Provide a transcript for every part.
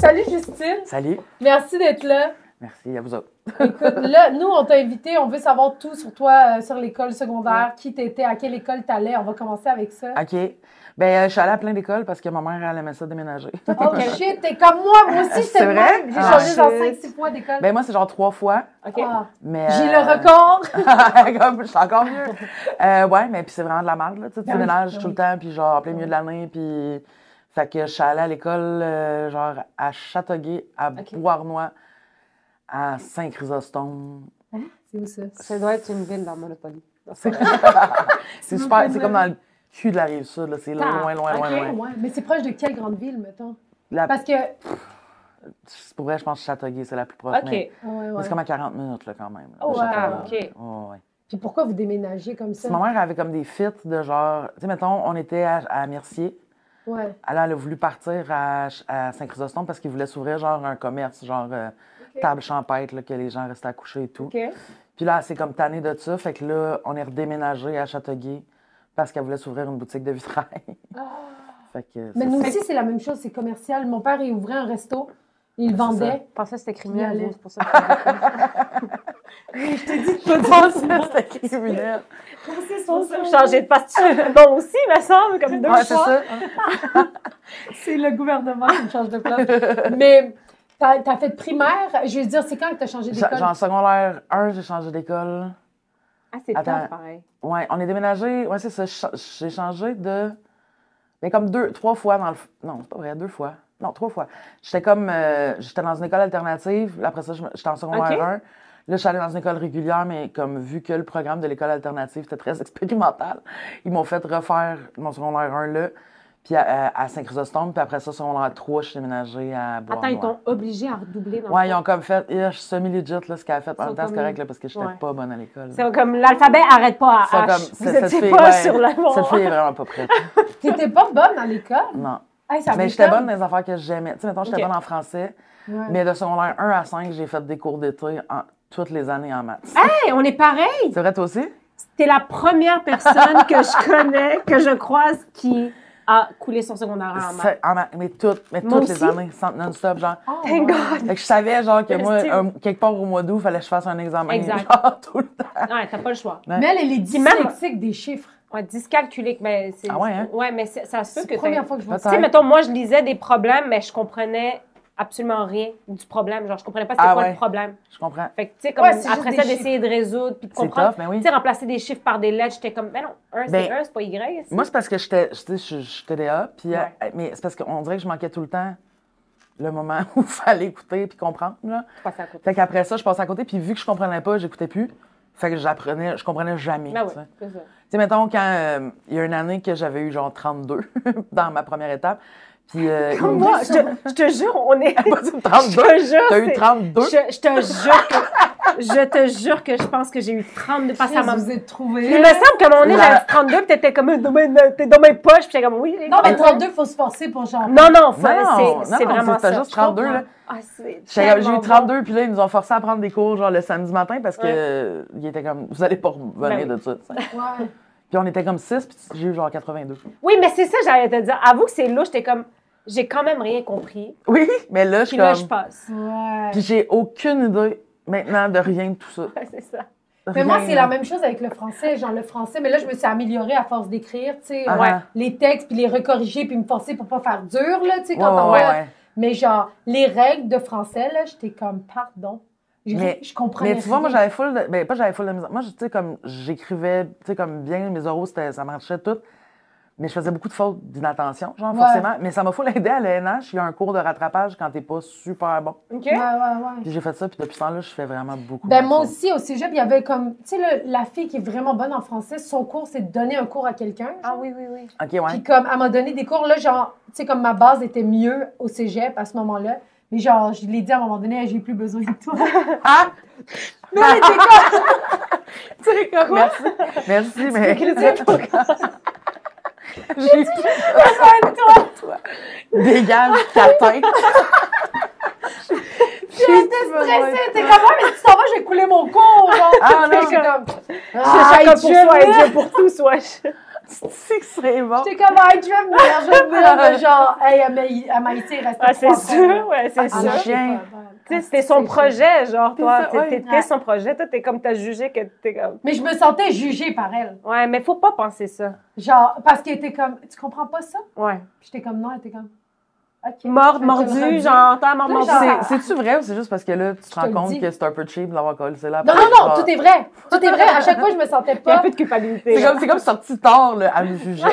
Salut Justine. Salut. Merci d'être là. Merci à vous autres. Écoute, là, nous, on t'a invité, on veut savoir tout sur toi, euh, sur l'école secondaire, qui t'étais, à quelle école t'allais. On va commencer avec ça. OK. Ben, euh, je suis allée à plein d'écoles parce que ma mère, elle aimait ça déménager. Oh shit, t'es comme moi, moi aussi, j'étais Ah, C'est le vrai? même. J'ai Ah, changé dans shit. 5-6 fois d'école. ben, moi, c'est genre trois fois. OK. Ah, Mais, J'ai euh, le record. comme, je suis encore mieux. Euh, ouais, mais puis c'est vraiment de la merde, là. Tu sais, tu Ben oui, déménages ben tout le oui. Ah temps, puis genre, en plein milieu de l'année, puis. Fait que je suis allée à l'école, euh, genre, à Châteauguay, à Ok. Boisnois, à Saint-Chrysostome. C'est où ça? Ça doit être une ville dans Monopoly. C'est c'est super, c'est comme dans le cul de la rive sud, là. C'est loin, loin, loin, Ah, Ok, loin. ouais. Mais c'est proche de quelle grande ville, mettons? La- Parce que. Ouais, Pour vrai, je pense que Châteauguay, c'est la plus proche. mais- OK. Ah, Mais ouais. C'est comme à 40 minutes, là, quand même. là, Oh, de wow. Châteauguay. OK. Ouais, ouais. Puis pourquoi vous déménagez comme ça? Puis Ma mère avait comme des fits de genre. Tu sais, mettons, on était à, à Mercier. Ouais. Alors, elle a voulu partir à, Ch- à Saint-Chrysostome parce qu'ils voulaient s'ouvrir, genre, un commerce, genre euh, Ok. table champêtre, là, que les gens restaient à coucher et tout. OK. Puis là, c'est comme tanné de ça. Fait que là, on est redéménagé à Châteauguay parce qu'elle voulait s'ouvrir une boutique de vitrail. Ah. fait que. Mais c'est nous ça. aussi, c'est la même chose, c'est commercial. Mon père, il ouvrait un resto, il ça. vendait. Je pensais que c'était Y criminel, aller. vous, c'est pour ça que Je pense que c'était criminel. Changer de parti. Bon, aussi, il me semble, comme deux Ouais, c'est fois. ça. C'est le gouvernement qui me change de place. Mais t'as as fait primaire, je veux dire, c'est quand que t'as changé Genre, d'école? genre, secondaire 1, j'ai changé d'école. Ah, c'est Attends. tough, pareil. Ouais, on est déménagé. Ouais, c'est ça. je- J'ai changé de. Mais comme deux, trois fois dans le. f- Non, c'est pas vrai, deux fois. Non, trois fois. J'étais comme. euh, j'étais dans une école alternative. Là, Après ça, je me- j'étais en secondaire Ok. 1. Là, je suis allée dans une école régulière, mais comme vu que le programme de l'école alternative était très expérimental, ils m'ont fait refaire mon secondaire 1 là, puis à, à- à Saint-Chrysostome, puis après ça, secondaire 3, je suis déménagée à Bois. Attends, ils t'ont obligé à redoubler dans le Ouais, ils fond. ont comme fait. Eh, Je suis semi-legit, là, ce qu'elle a fait. En Ils même sont temps, c'est comme- correct, là, parce que j'étais Ouais. pas bonne à l'école. C'est comme l'alphabet arrête pas Ils sont à H. comme, Vous cette- cette étiez fille, pas ouais, sur la Cette bonne. fille est vraiment pas prête. T'étais pas bonne à l'école? Non. Hey, ça m'étonne. Mais Ben, j'étais bonne dans les affaires que j'aimais. Tu sais, mettons, j'étais Ok. Ah. bonne en français, Ouais. mais de secondaire 1 à 5, j'ai fait des cours d'été en- toutes les années en maths. Hey, on est pareil. C'est vrai, toi aussi? T'es la première personne que je connais, que je croise, qui a coulé son secondaire en maths. C'est- En maths. Mais toutes, mais Moi toutes les aussi. années, sans- non-stop, genre. Ah, ouais. Thank God. Fait que je savais, genre, que moi, Estime. un- quelque part au mois d'août, il fallait que je fasse un examen. Exact. Genre, tout le temps. Ouais, t'as pas le choix. Mais elle, elle est Puis même- dyslexique des chiffres. Ouais, dyscalculique, mais c'est... Ah ouais, hein? Ouais, mais c'est- ça se C'est peut que la t'aies- première fois que je vois ça. Tu sais, mettons, moi, je lisais des problèmes, mais je comprenais absolument rien du problème. Genre, je comprenais pas c'était Ah quoi ouais. le problème. Je comprends. Fait que, tu sais, comme Ouais, c'est juste après ça, des d'essayer de résoudre puis de C'est comprendre. tough, mais Tu oui. sais, remplacer des chiffres par des lettres, j'étais comme, mais non, 1 c'est Ben, 1, c'est pas Y. c'est- Moi, c'est parce que j'étais, je sais, je je suis TDA, puis, Ouais. euh, mais c'est parce qu'on dirait que je manquais tout le temps le moment où il fallait écouter puis comprendre, là. Je passais à côté. Fait qu'après ça, je passais à côté, puis vu que je comprenais pas, j'écoutais plus. Fait que j'apprenais, je comprenais jamais. Ben ouais, tu sais. c'est ça. Tu sais, mettons, quand euh, il y a une année que j'avais eu genre 32 dans ma première étape, puis. euh, Comme il- moi, je, je te jure, on est. Pas du Je 32? te jure. T'as eu c'est- 32? Je, je te jure que. Je te jure que je pense que j'ai eu 32 parce que ça Chris, m'a. vous êtes trouvés. Il me semble que mon nez, La- j'avais 32 puis t'étais comme, dans mes- t'es dans mes poches puis j'étais comme, oui. Non, mais 32, faut se forcer pour genre. Non, non, faut- Non, c'est c'est non, vraiment c'était ça. juste 32, Je là. comprends. Ah, c'est J'ai j'ai tellement eu bon. 32, puis là, ils nous ont forcé à prendre des cours, genre le samedi matin, parce que Ouais. euh, ils étaient comme, vous allez pas revenir Ben de ça. tu sais. Ouais. Puis on était comme 6, puis j'ai eu genre 82. Oui, mais c'est ça, j'allais te dire. Avoue que c'est louche, t'es comme, j'ai quand même rien compris. Oui, mais là, je Puis suis là, je comme. passe. Ouais. Puis j'ai aucune idée maintenant de rien de tout ça. Ouais, c'est ça. Mais moi, Rien. c'est la même chose avec le français, genre le français. Mais là, je me suis améliorée à force d'écrire, tu sais, euh, Ah, ouais. les textes, puis les recorriger, puis me forcer pour pas faire dur, là, tu sais, quand ouais, on ouais, va- ouais. Mais genre, les règles de français, là, j'étais comme, pardon. Je, Mais- je comprenais Mais tu vois, moi, rien. j'avais full de. Ben, pas j'avais full de misère. Moi, je- tu sais, comme j'écrivais, tu sais, comme bien, mes oraux, c'était- ça marchait tout. Mais je faisais beaucoup de fautes d'inattention, genre, Ouais. forcément. Mais ça m'a full aidé à l'ENH. Il y a un cours de rattrapage quand t'es pas super bon. OK? Ouais, ouais, ouais. Puis j'ai fait ça, puis depuis ce temps-là, je fais vraiment beaucoup. Ben, de moi fautes. aussi, au cégep, il y avait comme, tu sais, là, la fille qui est vraiment bonne en français, son cours, c'est de donner un cours à quelqu'un. genre. oui, oui, oui. OK, ouais. Puis comme, elle m'a donné des cours, là, genre, tu sais, comme ma base était mieux au cégep à ce moment-là. Mais genre, je l'ai dit à un moment donné, Hey, j'ai plus besoin de toi. Ah! Mais elle était comme, Tu sais quoi? Merci. Merci, mais. J'ai plus besoin de toi. Dégage, catin. j'étais stressée. T'es comme, ouais, mais si tu t'en vas, j'ai coulé mon cours, genre. Ah, Puis non. j'étais comme, Ah, Ah, chacun pour Dieu, soi là. et Dieu pour tous, wesh. C'est que c'est bon. J'étais comme, hey, je vais venir, je vais venir. Mais genre, hey, elle m'a- elle m'a été restée. trois Ah, c'est fois. sûr, ouais, c'est Ah, non, Ah, sûr. je sais chien. pas. Tu sais, C'était son C'est projet, genre, toi. C'est ça, ouais. C'était Ouais. son projet. Toi, t'es comme, t'as jugé que t'es comme. Mais je me sentais jugée par elle. Ouais, mais faut pas penser ça. Genre, parce qu'elle était comme, tu comprends pas ça? Ouais. Puis j'étais comme, non, elle était comme, OK. Morde, Fait qu'elle mordu, revient. genre, t'as mort, Là, mordu. genre- C'est- C'est-tu vrai ou c'est juste parce que là, tu te te rends le dis. compte que c'est un peu cheap de l'avoir collé, c'est là. Non, non, non, tout est vrai. Tout est vrai. À chaque fois, je me sentais Il y a un pas. peu de culpabilité. C'est comme, c'est comme sorti tard, là, à me juger.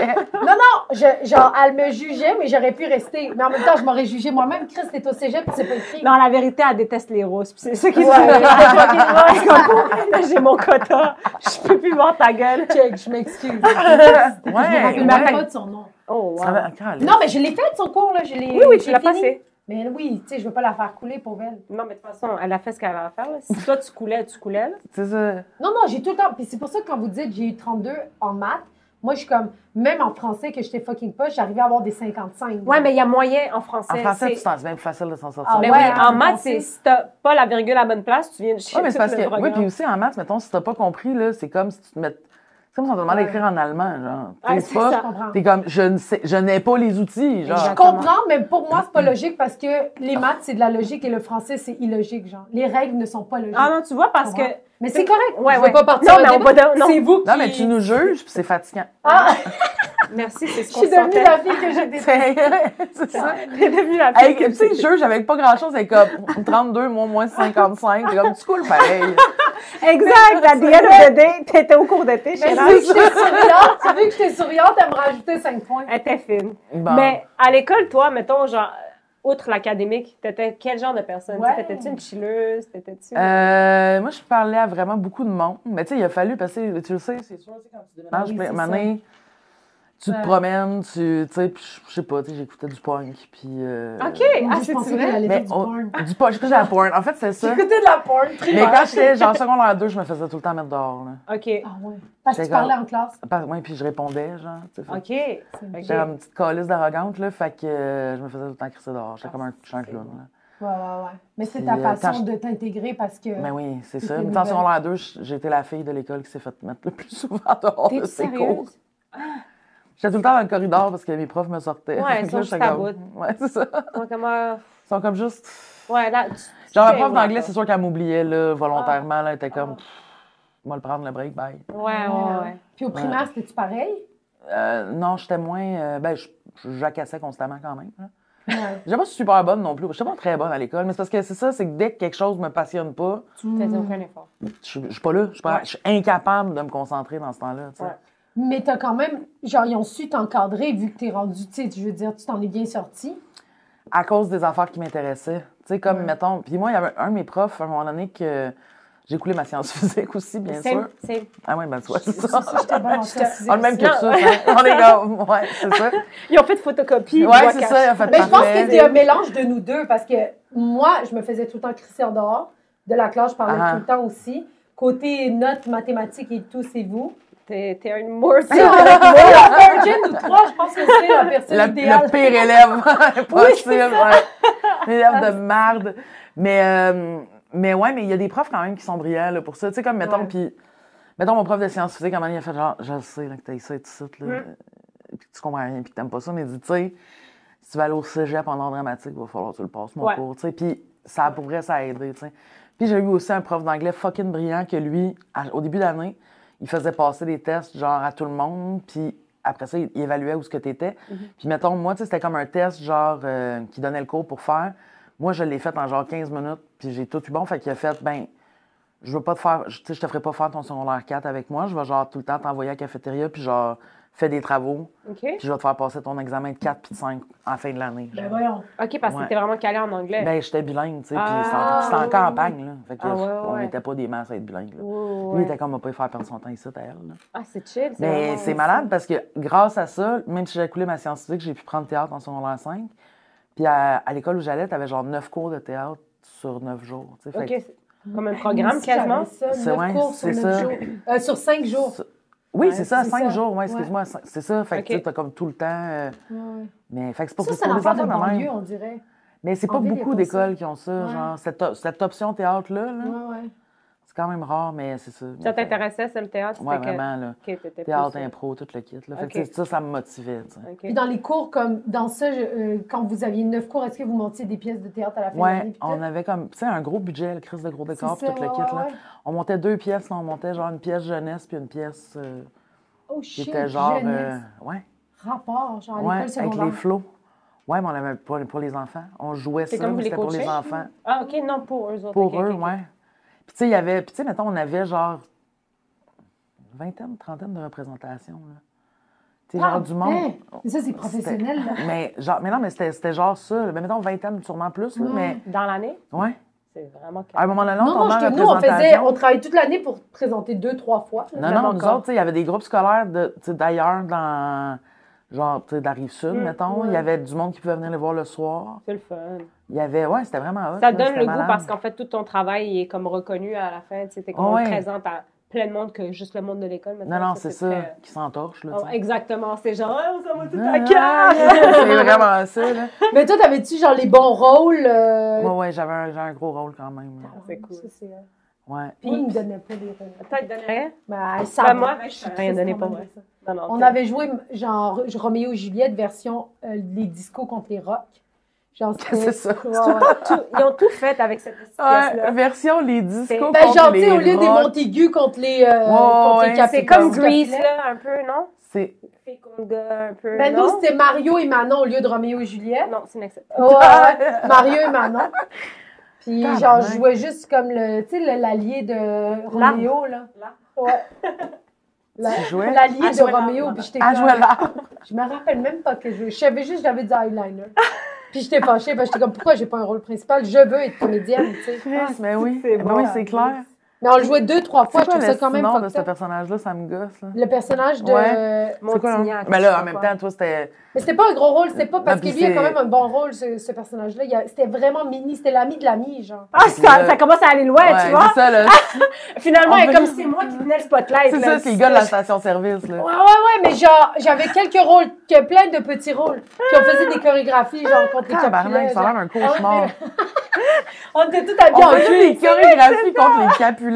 Je- genre, elle me jugeait, mais j'aurais pu rester. Mais en même temps, je m'aurais jugée moi-même. Chris, t'es au cégep, puis c'est pas écrit. Non, la vérité, elle déteste les roses. C'est ça qui Ouais, dit. ouais, Ouais, c'est comme, pour vrai, là, j'ai mon quota. Je peux plus voir ta gueule. Check, je m'excuse. je me Ouais, rappelle ouais. même pas de son nom. Oh, Ça wow. va, ah, calme. Non, mais je l'ai fait, son cours, là. Je l'ai, Oui, oui, je tu l'ai l'as fini. passé. Mais oui, tu sais, je veux pas la faire couler, pauvre elle. Non, mais de toute façon, elle a fait ce qu'elle avait à faire. là. Si toi, tu coulais, tu coulais. là. C'est ça. Non, non, j'ai tout le temps. Puis c'est pour ça que quand vous dites j'ai eu 32 en maths, moi, je suis comme, même en français que j'étais fucking pas, j'arrivais à avoir des 55. Ouais, mais il y a moyen en français. En français, c'est- tu t'en c'est bien plus facile de s'en Ah, sortir. Mais Ouais, oui, hein, en maths, français. c'est si t'as pas la virgule à la bonne place, tu viens de chier. Oui, mais c'est tout parce le que. Oui, programme. puis aussi en maths, mettons, si t'as pas compris, là, c'est comme si tu te mets. C'est comme si on te demande Ouais. d'écrire en allemand, genre. Ouais, Tu c'est sais pas. Je comprends. T'es comme, je ne sais, je n'ai pas les outils, Je genre. comprends, mais pour moi, c'est Mm-hmm. pas logique parce que Ah. les maths, c'est de la logique et le français, c'est illogique, genre. Les règles ne sont pas logiques. Ah non, tu vois, parce que. Ouais. mais c'est correct. Ouais, je vais ouais. pas partir. Non, au mais on débat. va. dans- Non, C'est vous qui... Non, mais tu nous juges, puis c'est fatigant. Ah, merci, c'est ce je qu'on suis devenue sentait. la fille que je déteste. c'est ça. T'es devenue la Hey, fille. tu sais, juge avec pas grand chose, c'est comme 32, moi, moins 55. C'est comme, tu coules pareil. Exact, à the end of the day, t'étais au cours d'été, Mais chez vu que j'étais souriante, vu que j'étais souriante, elle me rajoutait 5 points. Elle était fine. Bon. Mais à l'école, toi, mettons, genre, outre l'académique, t'étais quel genre de personne? Ouais. Tu sais, T'étais-tu une chilleuse? T'étais-tu. Euh, moi, je parlais à vraiment beaucoup de monde. Mais tu sais, il a fallu, parce que tu le sais, c'est sûr, tu sais, quand tu déménages, Ah Oui, puis, c'est un moment donné, tu Ouais. te promènes, tu tu sais, puis je- je sais pas, tu sais, j'écoutais du punk, puis. euh, OK, Mon ah, Dieu, je c'est pensais vrai. qu'elle allait Mais dire du on- porn. Du punk, j'écoutais de la porn. En fait, c'est ça. J'écoutais de la porn, très Mais quand j'étais genre secondaire 2, je me faisais tout le temps mettre dehors. Là. OK. Ah ouais. Parce que tu J'étais parlais en classe. Par- ouais, puis je répondais, genre. tu sais, fait- OK. C'est Ok. J'étais comme une petite colisse d'arrogante, là, fait que euh, je me faisais tout le temps crisser dehors. J'étais Ah, comme un c'est chien bon. clown. là. Ouais, ouais, ouais. Mais c'est Puis, ta euh, façon quand je- de t'intégrer parce que. Mais oui, c'est C'était ça. Mais une en nouvelle. secondaire 2, j'ai été la fille de l'école qui s'est faite mettre le plus souvent dehors de T'es-tu ses sérieuse? cours. J'étais tout le temps dans le corridor parce que mes profs me sortaient. Fait Ouais, que là, ils sont j'étais juste à comme- Ouais, c'est ça. Moi, comment. Ils sont comme juste. euh, Ouais, là. tu- Genre, tu la fais prof où, d'anglais, là? c'est sûr qu'elle m'oubliait, là, volontairement, là. Elle était Ah. comme, Pff, on va le prendre, le break, bye. Ouais, ouais, ouais. Puis au primaire, c'était-tu pareil? Euh, non, j'étais moins. euh, ben, je, je jacassais constamment quand même. là. Ouais. J'étais pas super bonne non plus. J'étais pas très bonne à l'école, mais c'est parce que c'est ça, c'est que dès que quelque chose me passionne pas, Tu faisais aucun effort. je suis je suis pas là. Je suis pas- je suis incapable de me concentrer dans ce temps-là. tu sais. Ouais. Mais t'as quand même. Genre, ils ont su t'encadrer vu que t'es rendu. Tu sais, je veux dire, tu t'en es bien sorti. à cause des affaires qui m'intéressaient. Tu sais, comme, Ouais. mettons, puis moi, il y avait un de mes profs, à un moment donné, que j'ai coulé ma science physique aussi, bien sûr. Same, same. Ah oui, ben, tu vois, c'est C'est ça. ça, j'étais bonne en sciences On le même physiques. que ça. hein. On est comme, ouais, c'est ça. Ils ont fait de photocopie. Ouais, c'est ça, il a fait Mais je pense parfait. que c'est un mélange de nous deux parce que moi, je me faisais tout le temps crisser en dehors de la classe, je parlais Ah. tout le temps aussi. Côté notes, mathématiques et tout, c'est vous. T'es t'es un morceau. Si on est la Virgin ou trois, je pense que c'est la personne Le, idéale. le pire élève possible. ouais. Ah, L'élève de merde. Mais, euh, mais ouais, mais il y a des profs quand même qui sont brillants là, pour ça. Tu sais, comme, mettons, Ouais. puis... Mettons, mon prof de sciences physiques, à un moment donné, il a fait genre, je le sais là, que t'as ça et tout ça, là, Mm. puis que tu comprends rien, puis que t'aimes pas ça, mais il dit, tu sais, si tu vas aller au cégep en art dramatique, il va falloir que tu le passes, mon Ouais. cours, tu sais. Puis ça, pour vrai, ça a aidé, tu sais. Puis j'ai eu aussi un prof d'anglais fucking brillant que lui, à- au début d'année, il faisait passer des tests, genre, à tout le monde, puis après ça, il il évaluait où ce que t'étais. Puis mettons, moi, tu sais, c'était comme un test, genre, euh, qui donnait le cours pour faire. Moi, je l'ai fait en genre 15 minutes, puis j'ai tout eu bon. Fait qu'il a fait, ben, je veux pas te faire, je- tu sais, je te ferai pas faire ton secondaire 4 avec moi. Je vais genre tout le temps t'envoyer à la cafétéria, puis genre, fais des travaux, OK. puis je vais te faire passer ton examen de 4 puis de 5 en fin de l'année. Ben genre. voyons. OK, parce que Ouais. t'étais vraiment calé en anglais. Ben, j'étais bilingue, tu sais, puis Ah, c'était en- c'était en oui, campagne, là. Fait que Ah, ouais, ouais, on ouais. n'était pas des masses à être bilingues, là. Ouais, ouais, Lui, il ouais. était comme, on va pas lui faire perdre son temps ici, à elle, là. Ah, c'est chill. Mais vraiment- c'est malade parce que grâce à ça, même si j'ai coulé ma science physique, j'ai pu prendre théâtre en secondaire 5. Puis à, à l'école où j'allais, t'avais genre 9 cours de théâtre sur 9 jours. tu sais. Fait OK, que c'est comme Ben, un programme quasiment. C'est C'est- ça, ouais, neuf cours sur c'est neuf ça. jours. Euh, sur cinq jours. ça- Oui, Ouais, c'est ça, c'est 5 ça. jours, ouais, Ouais. excuse-moi. cin- C'est ça, fait que Ok. tu sais, t'as comme tout le temps. euh, mais fait que c'est pas Ça, pour c'est pour un les enfant de enfants de même. banlieue, on dirait. Mais c'est En pas ville, y a beaucoup pas ça. d'écoles qui ont ça, Ouais. genre, cette, o- cette option théâtre-là. là. Ouais, ouais. C'est C'est quand même rare, mais c'est ça. Ça t'intéressait, ça, le théâtre? Ouais, C'était que- vraiment, là. que t'étais Théâtre, plus- impro, tout le kit. Là. Fait que, Ok. tu sais, ça, ça me motivait, tu sais. OK. Puis dans les cours, comme dans ça, je- euh, quand vous aviez neuf cours, est-ce que vous montiez des pièces de théâtre à la fin de l'année? Ouais, puis tout? on avait comme, tu sais, un gros budget, le crise de gros décor, C'est puis ça, tout le ouais, kit, ouais, là. ouais. On montait deux pièces, là. On montait genre une pièce jeunesse, puis une pièce euh, Oh qui shit, était genre. jeunesse. euh, ouais, Rapport, genre à ouais, l'école avec les secondaire. flots. Ouais, mais on avait pour, pour les enfants. On jouait ça, C'est comme vous mais les c'était pour les coachez? enfants. Ah, OK, non, pour eux autres. Pour OK, eux, OK, OK. ouais. Puis, tu sais, il y avait. Puis, tu sais, mettons, on avait genre. Vingtaine, trentaine de représentations, là. Tu sais, Ah, genre du monde. hein? Mais ça, c'est professionnel, là. Mais, genre, mais non, mais c'était c'était genre ça. là. Ben, mettons, vingtaine, sûrement plus, là, Ouais. mais. Dans l'année, Ouais. c'est vraiment... À un moment donné, on Non, non, tombait en je te- nous, on représentation. faisait, on travaillait toute l'année pour présenter deux, trois fois. là. Non, Même non, nous encore. autres, tu sais, il y avait des groupes scolaires de- tu sais, d'ailleurs dans. Genre, tu sais, de la Rive-Sud, Mm, mettons. Il ouais. y avait du monde qui pouvait venir les voir le soir. C'est le fun. Il y avait. Ouais, c'était vraiment hot. Ça là, donne c'était le goût malade. parce qu'en fait, tout ton travail est comme reconnu à la fin. Tu sais, t'es comme on Ouais. le présente à plein de monde que juste le monde de l'école. maintenant, Non, non, c'est ça. très- Qui s'entorche, là. Oh, tu sais. exactement, c'est genre, Ah, on s'en va tout à Ah, carte! c'est vraiment ça, là. Mais toi, t'avais-tu genre les bons rôles? euh, Ouais, ouais, j'avais un, j'ai un gros rôle quand même. là. C'est cool. Ah, Ça, c'est- Ouais. Puis, Puis- il me donnait pas les rôles. Peut-être donner rien? Ben, ça Ben, va. moi, Je suis je t'ai rien triste donné quand pour même moi. de ça. Non, non. On t'as- avait joué, genre, je- Roméo et Juliette version euh, les discos contre les rocks. Genre, c'était- C'est ça. Ouais, ouais. tout- ils ont tout fait avec cette petite Ouais, euh, pièce-là. version les discos. Ben, contre genre, tu sais, les au lieu des rocks, Montaigu contre les, euh, contre les ouais, Cap- C'est comme contre Grease, les Cap- là, un peu, non? C'est. Fille contre gars, un peu. Ben, nous, non? c'était Mario et Manon au lieu de Roméo et Juliette. Non, c'est inacceptable. Ouais, ouais. Mario et Manon. Puis, Tabarnak. genre, je jouais juste comme le, tu sais, le- l'allié de Roméo, là. L'arbre. Ouais. La- Ah, Tu jouais? L'allié Elle de jouait l'arbre, Roméo, voilà. puis j'étais À comme- jouer là. Je me rappelle même pas que je jouais. Je savais juste que j'avais du eyeliner. Puis j'étais fâchée, parce que j'étais comme, pourquoi j'ai pas un rôle principal? Je veux être comédienne, tu sais. Chris, mais oui. c'est Ben bon. oui, c'est clair. Mais on le jouait deux, trois fois, je C'est quoi trouve ça le quand même nom de fucked ce up. personnage-là? Ça me gosse, là. Le personnage de... Ouais. Mon C'est quoi, petit hein? niaque, Mais je sais là, en pas même quoi. temps, toi, c'était. Mais c'était pas un gros rôle, c'était pas parce Non, que puis lui a quand c'est- même un bon rôle, ce, ce personnage-là. Il a- C'était vraiment mini, c'était l'ami de l'ami, genre. Ah, ça, Le- ça commence à aller loin, tu vois. c'est ça, là. Ah, Finalement, On elle est veut- comme c'est moi qui tenais le spotlight. C'est là. ça, c'est le gars de la station-service, là. Ouais, ouais, ouais, mais genre, j'avais quelques rôles, que plein de petits rôles. Puis on faisait des chorégraphies, genre, contre les Tabarnak, capulets. ça a genre. l'air un Ah, cauchemar. On était tout habillés On en a vu les chorégraphies contre les capulets.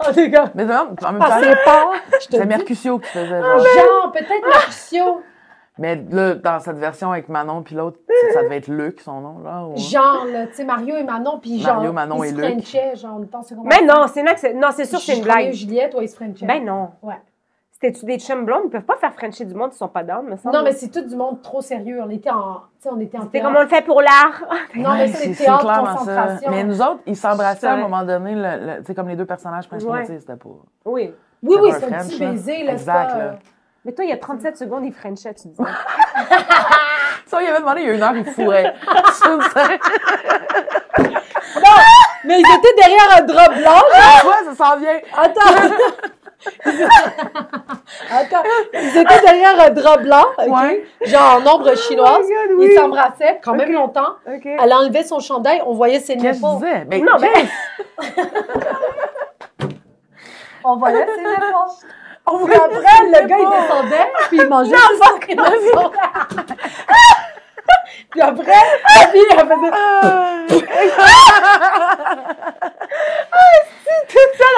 Oh, les gars. Mais non, en même Par temps, ses pas. Ah, Je te c'est dis. Ah, Mercutio qui faisait, genre. Genre, Ah! peut-être Marcio. Mais là, dans cette version avec Manon puis l'autre, ça devait être Luc, son nom, là. ou- Genre, là, tu sais, Mario et Manon, puis genre, Mario, Manon ils se et Luc. frenchaient, genre, on était en secondaire. Mais Ben non, c'est inacceptable. Non, c'est sûr, c'est une Mario et blague. Juliette, ouais, ils se frenchaient. Ben non. Ouais. C'était-tu des chums blondes? Ils peuvent pas faire Frenchie du monde, ils sont pas down, me semble. non, mais c'est tout du monde trop sérieux. On était en, tu sais, on était en c'était théâtre. comme on le fait pour l'art. Non, mais Ah Ouais, c'est théâtre, concentration. Mais nous autres, ils s'embrassaient à un Ouais. moment donné, le- le- tu sais, comme les deux personnages principaux, Ouais. tu sais, c'était pour. Oui. Oui, C'est oui, pas c'est un un petit French, là. baiser, là. c'est Exact, pas, là. euh, Mais toi, il y a 37 secondes, ils Frenchaient, tu dis. Ça, il avait demandé, il y a une heure, il fourrait. Sur scène. Mais ils étaient derrière un drap blanc. Ouais, ça s'en vient. Attends. Attends. Ils étaient derrière un drap blanc, OK? Ouais. Genre en ombre chinoise. God, Ils s'embrassaient quand même Ok. longtemps. OK. Elle enlevait son chandail, on voyait ses Qu'est-ce que je nippons. disais? Ben, Non, mais On voyait ses nippons. on Puis voulait après, le gars, il descendait, puis il mangeait tout son crémaçon. Puis après, la fille, elle faisait Euh,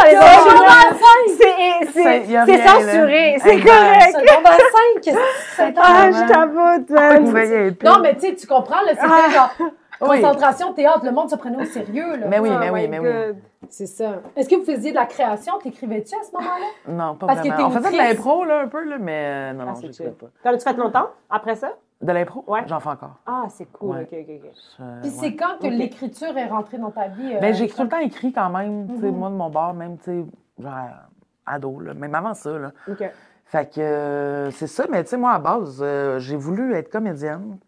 dans les Ils ont années changé chinoises, à cinq. c'est- Ça, c'est y a c'est rien, censuré, là. c'est Exact. correct. C'est un à cinq. Qu'est-ce que c'est? Ah, vraiment. je t'avoue, Vous man. voyez, puis- Non, mais tu sais, tu comprends, là, c'était Ah. genre Oui. concentration, théâtre, le monde se prenait au sérieux, là. Mais oui, Oh mais oui, my mais oui. God. C'est ça. Est-ce que vous faisiez de la création? T'écrivais-tu à ce moment-là? Non, pas Parce que vraiment. On t'es faisait de autrice. l'impro, là, un peu, là, mais euh, non, Ah, non, c'est j'écrivais chill. pas. T'en as-tu fait longtemps après ça? De l'impro? Ouais. J'en fais encore. Ah, c'est cool. Ouais. OK, OK, OK. Je- Puis Euh, ouais. c'est quand que Ok. l'écriture est rentrée dans ta vie? euh, Ben, j'ai tout le temps écrit quand même, tu sais, Mhm. moi, de mon bord, même, tu sais, genre, ado, là. Même avant ça, là. OK. Fait que euh, c'est ça, mais tu sais, moi, à base, euh, j'ai voulu être comédienne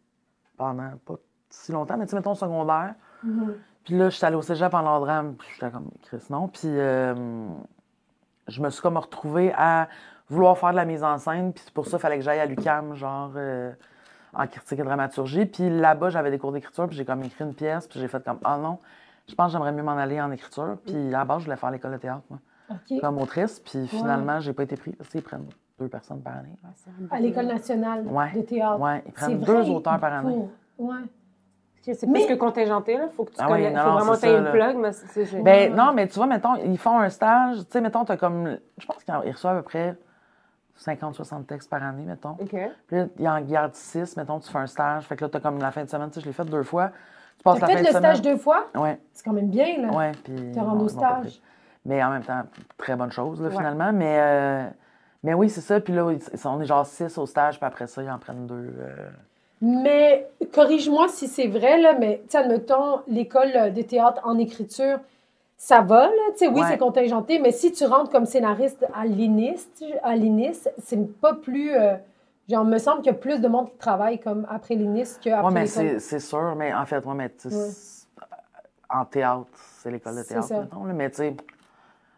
pendant pas si longtemps, mais tu sais, mettons, secondaire. Mhm. Puis là, j'étais allée au cégep en drame, puis j'étais comme, Chris, non. Puis euh, je me suis comme retrouvée à vouloir faire de la mise en scène, puis c'est pour ça, il fallait que j'aille à l'UCAM, genre, euh, en critique et dramaturgie. Puis là-bas, j'avais des cours d'écriture, puis j'ai comme écrit une pièce, puis j'ai fait comme, ah non, je pense que j'aimerais mieux m'en aller en écriture. Puis à la base, je voulais faire l'école de théâtre, moi, OK. comme autrice, puis finalement, j'ai pas été prise, parce qu'ils prennent deux personnes par Ah, année. À l'École nationale Ouais. de théâtre. Ouais, ils C'est prennent vrai, deux auteurs par année. pour- Ouais. C'est Mais- plus que contingenté, là. Faut que tu Ah oui, connais. non, faut non, vraiment c'est t'aies ça, une là. plug, mais c'est- c'est. c'est- Ben non, mais tu vois, mettons, ils font un stage, tu sais, mettons, t'as comme. Je pense qu'ils reçoivent à peu près 50-60 textes par année, mettons. OK. Puis là, ils en gardent 6, mettons, tu fais un stage. Fait que là, t'as comme la fin de semaine, tu sais, je l'ai fait deux fois. Tu passes T'as la fait fin le de semaine. stage deux fois? Ouais, C'est quand même bien, là. ouais. Puis. Te rendre bon, au ils m'ont pas pris. stage. Mais en même temps, très bonne chose, là, Ouais. finalement. Mais, euh, mais oui, c'est ça. Puis là, ils- ils- on est genre 6 au stage, puis après ça, ils en prennent deux. euh. Mais corrige-moi si c'est vrai, là, mais tu sais, admettons, l'école euh, de théâtre en écriture, ça va, là. Tu sais, oui, Ouais. c'est contingenté, mais si tu rentres comme scénariste à l'INIS, tu- à l'INIS, c'est pas plus. euh, genre, me semble qu'il y a plus de monde qui travaille comme après l'INIS qu'après Ouais, mais l'école. c'est c'est sûr. Mais en fait, moi, mais tu sais, Ouais. c'est- en théâtre, c'est l'école de C'est théâtre, ça. mettons. là. Mais tu sais,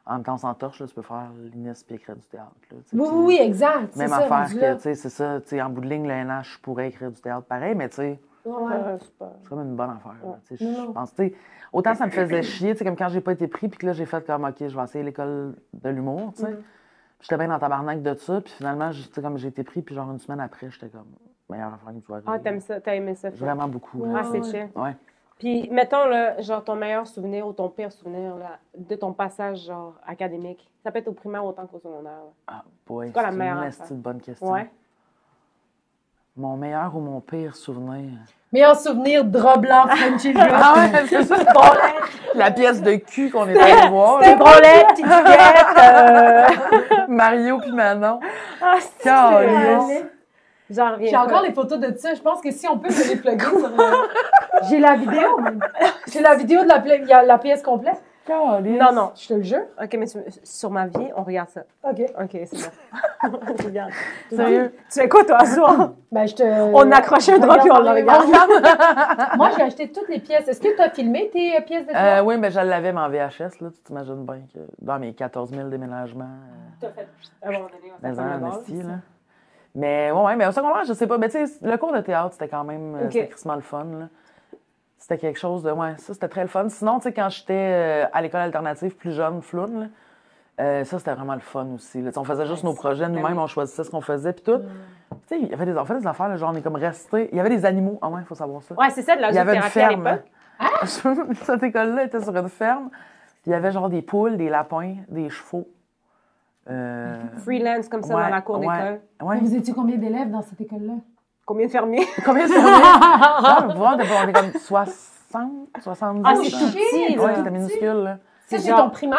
en même temps, sans torche, là, tu peux faire l'INES puis écrire du théâtre. là, tu sais, Oui, puis- oui, oui, exact. c'est Même ça, affaire rendu que, là. tu sais, c'est ça, tu sais, en bout de ligne, le NH pourrait écrire du théâtre pareil, mais tu sais, Ouais. Ah, c'est pas- c'est comme une bonne affaire, là, tu sais, Ouais. je Non. pense, tu sais, autant ça me faisait chier, tu sais, comme quand j'ai pas été pris, puis que là, j'ai fait comme, OK, je vais essayer l'école de l'humour, Mm-hmm. tu sais, Mhm. Puis j'étais bien dans tabarnak de ça, puis finalement, je- tu sais, comme j'ai été pris, puis genre une semaine après, j'étais comme, meilleure affaire que tu vas Ah, t'aimes ça, t'as aimé ça. Phil. Vraiment beaucoup, là. Ah, c'est Ouais. chill. Ouais. Puis, mettons, là, genre, ton meilleur souvenir ou ton pire souvenir là, de ton passage, genre, académique. Ça peut être au primaire autant qu'au secondaire. là. Ah, boy, quoi la c'est une meilleure esti affaire? de bonne question. Ouais. Mon meilleur ou mon pire souvenir? Meilleur souvenir, drap blanc, Frenchy Girl. Ah ouais, c'est ça, c'est bon. La pièce de cul qu'on était allé voir, là. Les brelettes, petites guettes. Mario puis Manon. Ah, c'est Calisse. vrai. J'en reviens J'ai pas. encore les photos de ça. Je pense que si on peut, je les plugger sur, euh, J'ai la vidéo. J'ai la vidéo de la, pla- il y a la pièce complète. Calisse. Non, non. Je te le jure. OK, mais tu- sur ma vie, on regarde ça. OK. OK, c'est bon. On regarde. Sérieux? Tu fais quoi, toi, ce Euh, soir? Ben, je te... On accroche un drap puis on le regarde. Moi, j'ai acheté toutes les pièces. Est-ce que tu as filmé tes euh, pièces de Euh, théâtre? oui, mais je l'avais, mais en VHS, là, tu t'imagines bien que dans mes 14 000 déménagements, T'as fait à un moment donné, on euh, fait dans pas un mal. esti, là. Mais ouais, ouais, mais au secondaire, je sais pas. Mais tu sais, le cours de théâtre, c'était quand même euh, Ok. c'était crissement le fun. là. C'était quelque chose de. Ouais, ça, c'était très le fun. Sinon, tu sais, quand j'étais euh, à l'école alternative plus jeune, floune, là, euh, ça, c'était vraiment le fun aussi. là. Tu sais, On faisait juste Ouais, nos projets ben nous-mêmes, oui. Mm. on choisissait ce qu'on faisait, puis tout. Tu sais, il y avait des enfants, des affaires, là, genre, on est comme restés. Il y avait des animaux. Ah ouais, il faut savoir ça. Ouais, c'est ça, de la Il y avait une zoothérapie à ferme. l'époque. Cette école-là était sur une ferme. Puis il y avait genre des poules, des lapins, des chevaux. Euh, Freelance, comme ça, Ouais, dans la cour ouais. d'école. ouais. Vous étiez combien d'élèves dans cette école-là? Combien de fermiers? Combien ça fait? Non, vraiment, on était comme 60, 70. Ah, c'est genre. tout petit, Ouais, là. c'était minuscule, là. Oh, Ça, c'est genre- ton primaire?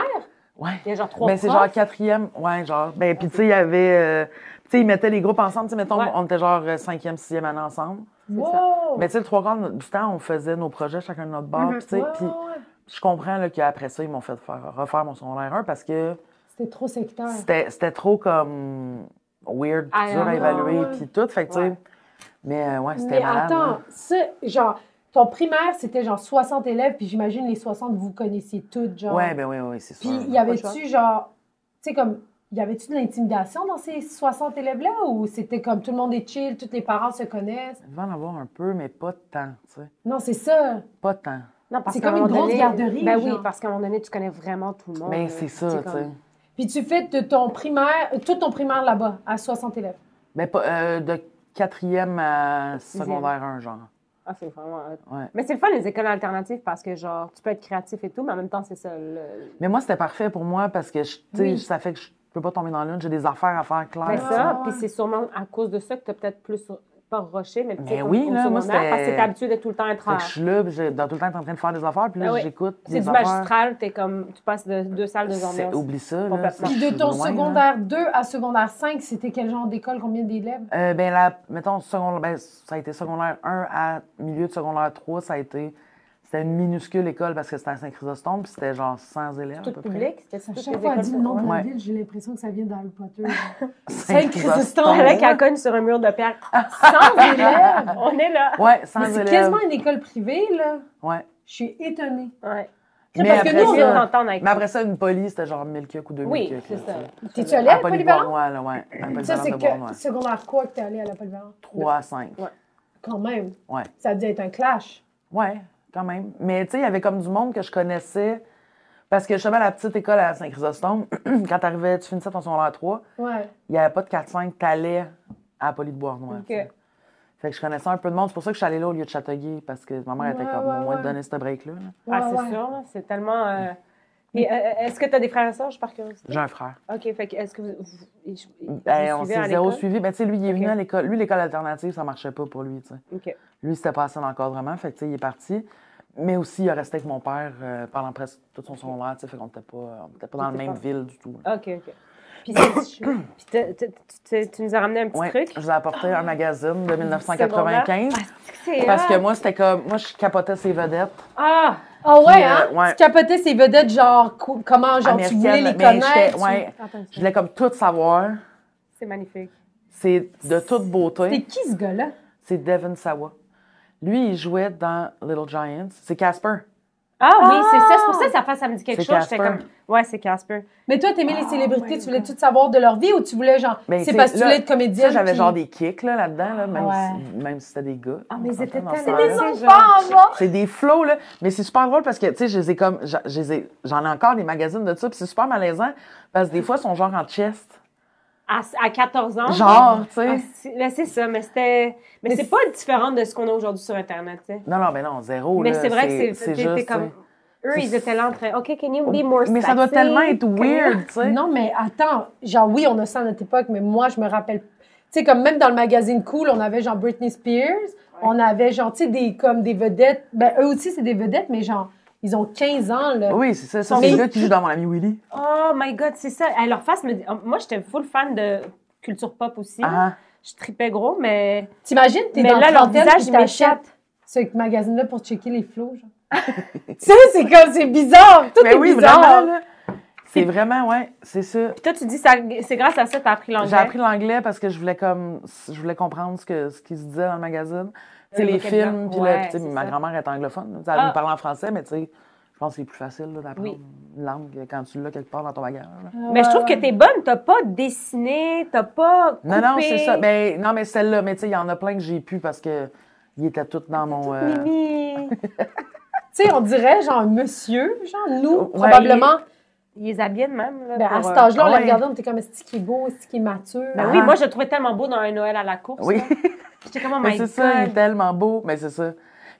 Ouais. Il y a genre trois Mais Ben, c'est profs. genre quatrième. Ouais, genre. Ben, puis tu sais, il y avait. euh, tu sais, ils mettaient les groupes ensemble. Tu sais, mettons, Ouais. on était genre euh, cinquième, sixième année ensemble. Wow! Mais tu sais, le trois quarts de- du temps, on faisait nos projets chacun de notre bord. Mhm. Puis tu sais, Ouais, puis Mm-hmm. ouais, ouais. je comprends là, qu'après ça, ils m'ont fait faire, refaire mon secondaire 1 parce que. C'était trop sectaire. C'était, c'était trop comme weird, Ah, dur à non, évaluer, ouais. puis tout. Fait que, tu Ouais. sais. Mais euh, ouais, c'était Mais malade. hein. attends, là. ça, genre, ton primaire, c'était genre 60 élèves, puis j'imagine les 60, vous connaissiez toutes, genre. Ouais, ben oui, oui, c'est sûr. Puis, y Pas avait-tu, genre, tu sais, comme, y avait-tu de l'intimidation dans ces 60 élèves-là, ou c'était comme tout le monde est chill, tous les parents se connaissent? Il devait en avoir un peu, mais pas tant, tu sais. Non, c'est ça. Pas tant. Non, parce C'est qu'à comme un une moment grosse donné- garderie, Ben genre. oui, parce qu'à un moment donné, tu connais vraiment tout le monde. mais là. Ben, c'est ça, tu sais. comme- Puis tu fais de ton primaire, euh, tout ton primaire là-bas, à 60 élèves. Mais pas, euh, de quatrième à Sixième. secondaire 1, genre. Ah, c'est vraiment. hot. Ouais. Mais c'est le fun, les écoles alternatives, parce que, genre, tu peux être créatif et tout, mais en même temps, c'est ça. le- Mais moi, c'était parfait pour moi parce que, je- tu sais, Oui. ça fait que je peux pas tomber dans l'une. J'ai des affaires à faire claires. Ben Ah, ça, ouais. puis c'est sûrement à cause de ça que tu as peut-être plus, pas roché, mais, tu sais, Mais au- Ben oui, au là, moi, secondaire, parce que c'était- t'es habitué de tout le temps être Fait en... que je suis là, puis j'ai- dans tout le temps, t'es en train de faire des affaires, puis là, Ah oui. j'écoute C'est des du affaires. magistral, t'es comme, tu passes de deux salles, deux C'est- ambiances. Oublie ça, là. Complètement. Puis Ben, Je de suis ton loin, là. secondaire 2 à secondaire 5, c'était quel genre d'école, combien d'élèves? Euh, ben, la, mettons, secondaire, ben, ça a été secondaire 1 à milieu de secondaire 3, ça a été. C'était une minuscule école parce que c'était à Saint-Chrysostome, puis c'était genre 100 élèves. à Tout peu public, c'était À toutes chaque les fois, elle écoles dit le nom de secondaires. la Ouais. ville, j'ai l'impression que ça vient d'Harry Potter. près. Saint-Chrysostome. Elle a qu'elle cogne sur un mur de pierre. 100 élèves! On est là. Ouais, Mais 100 c'est élèves. quasiment une école privée, là. Ouais. Je suis étonnée. Ouais. Mais Parce que après nous, on ça- a- t'entendre avec Mais après ça, une police, c'était genre 1000 cucs ou 2000 Oui, cucs, c'est là, ça. tu sais. T'es-tu allée À à Polyvalent? Polyvalent, ouais, là, ouais. À Ça, Polyvalent c'est de Bois-Noir. que secondaire quoi que t'es allée à la Polyvalent? 3 à 5. Quand même. Ouais. Ça a dû être un clash. Ouais, quand même. Mais tu sais, il y avait comme du monde que je connaissais. Parce que justement, à la petite école à Saint-Chrysostome, quand t'arrivais, tu finissais ton secondaire 3, Ouais. il n'y avait pas de 4-5, t'allais à Poly de Bois-Noir. Ok. tu sais. Fait que je connaissais un peu de monde. C'est pour ça que je suis allée là au lieu de Châteauguay, parce que ma mère était Ouais, comme, ouais, au moins, ouais. de donner ce break-là. là. Ah, c'est ouais. sûr, là, c'est tellement. euh, Mais euh, est-ce que tu as des frères et sœurs, je par curiosité? J'ai un frère. Ok, fait que est-ce que vous. vous- ils- ils vous Ben, on suivaient à s'est zéro l'école? suivi. Ben, tu sais, lui, il est venu Ok. à l'école. Lui, l'école alternative, ça marchait pas pour lui, tu sais. Ok. Lui, c'était passé dans l'encadrement, fait que, tu sais, il est parti. Mais aussi, il a resté avec mon père euh, pendant presque tout son secondaire, tu sais, fait qu'on était pas, on était pas dans la C'était même pas- ville du tout. là. Ok, ok. Puis, c'est- puis t'as- t'as- tu- tu- tu nous as ramené un petit Ouais, truc. je vous ai apporté un magazine de 1995. Ah, C'est Parce hein? Ah, que hot. moi, c'était comme. Moi, je capotais ces vedettes. Ah! Ah ouais, Puis, euh, hein? ouais. Tu capotais ces vedettes, genre, cou- comment, genre, tu voulais Américaines, les mais j'étais- connaître. tu- ouais, Attends, je voulais comme tout savoir. C'est magnifique. C'est de toute C'était beauté. qui ce gars-là? C'est Devin Sawa. Lui, il jouait dans Little Giants. C'est Casper. Ah, oui, c'est ça. Ah! C'est pour ça que sa face, ça me dit quelque C'est chose. J'étais Casper. comme. Ouais, c'est Casper. Mais toi, t'aimais Ah, les Oh célébrités, my tu voulais God. tout savoir de leur vie ou tu voulais, genre, Ben, c'est tu parce que tu sais, là, voulais être comédienne? Ça, j'avais puis- genre des kicks là, là-dedans, là, même, Ouais. si, même si c'était des gars. Ah, mais On ils étaient s'entend dans ce C'est tellement des temps-là. Ah, enfants, genre! C'est des flots, là. Mais c'est super drôle parce que, tu sais, je les ai comme. j'a- je les ai- J'en ai encore des magazines de ça, puis c'est super malaisant parce que des fois, ils sont genre en chest. À, à 14 ans. Genre, tu Ah, sais. c'est- là, c'est ça, mais c'était. Mais Mais c'est c'est- pas différent de ce qu'on a aujourd'hui sur Internet, tu sais. Non, non, mais non, zéro. Mais Oh là. c'est vrai que c'est. t'es- t'es juste, comme. tu Eux, C'est- ils étaient là en train. OK, can you be more sais. Mais ça doit sexy? tellement être weird, tu sais. Non, mais attends, genre, oui, on a ça à notre époque, mais moi, je me rappelle. Tu sais, comme même dans le magazine Cool, on avait genre Britney Spears, on avait genre, tu sais, des, comme des vedettes. Ben, eux aussi, c'est des vedettes, mais genre, ils ont 15 ans, là. Oui, c'est ça. ça Mais- c'est le gars qui joue dans Mon ami Willy. Oh my God, c'est ça. À leur face, me dit- oh, moi, j'étais full fan de culture pop aussi. là. Ah, Je tripais gros, mais. T'imagines, t'es Mais dans là, la leur trentaine, visage, puis il m'échappe. t'achètes ce magazine-là pour checker les flots, genre. tu sais, c'est comme, c'est bizarre. Tout mais est Ben oui, bizarre. vraiment, là. C'est vraiment, ouais, c'est ça. Puis toi, tu dis, ça- c'est grâce à ça que t'as appris l'anglais. J'ai appris l'anglais parce que je voulais comme je voulais comprendre ce que ce qui se disait dans le magazine. Tu sais, Le les vocabulaire. films, puis Ouais, là, tu sais, c'est ma ça. grand-mère est anglophone. Elle Ah. nous parle en français, mais tu sais, je pense que c'est plus facile là, d'apprendre Oui. une langue quand tu l'as quelque part dans ton bagage. là. Mais je trouve que t'es bonne, t'as pas dessiné, t'as pas coupé. Non, non, c'est ça. Ben, non, mais celle-là, mais tu sais, il y en a plein que j'ai pu parce que ils étaient tous dans mon. euh, Mimi, Tu sais, on dirait genre monsieur, genre nous, Ouais, probablement. ils les habillaient de même. Là, Ben, à pour, cet euh, âge-là, on les ouais. regardait, on était comme, est-ce qu'il est beau, est-ce qu'il est mature? Ben Ah. oui, moi, je le trouvais tellement beau dans un Noël à la course. Oui. là. J'étais comme, oh Mais my c'est God. ça, il est tellement beau. Mais c'est ça.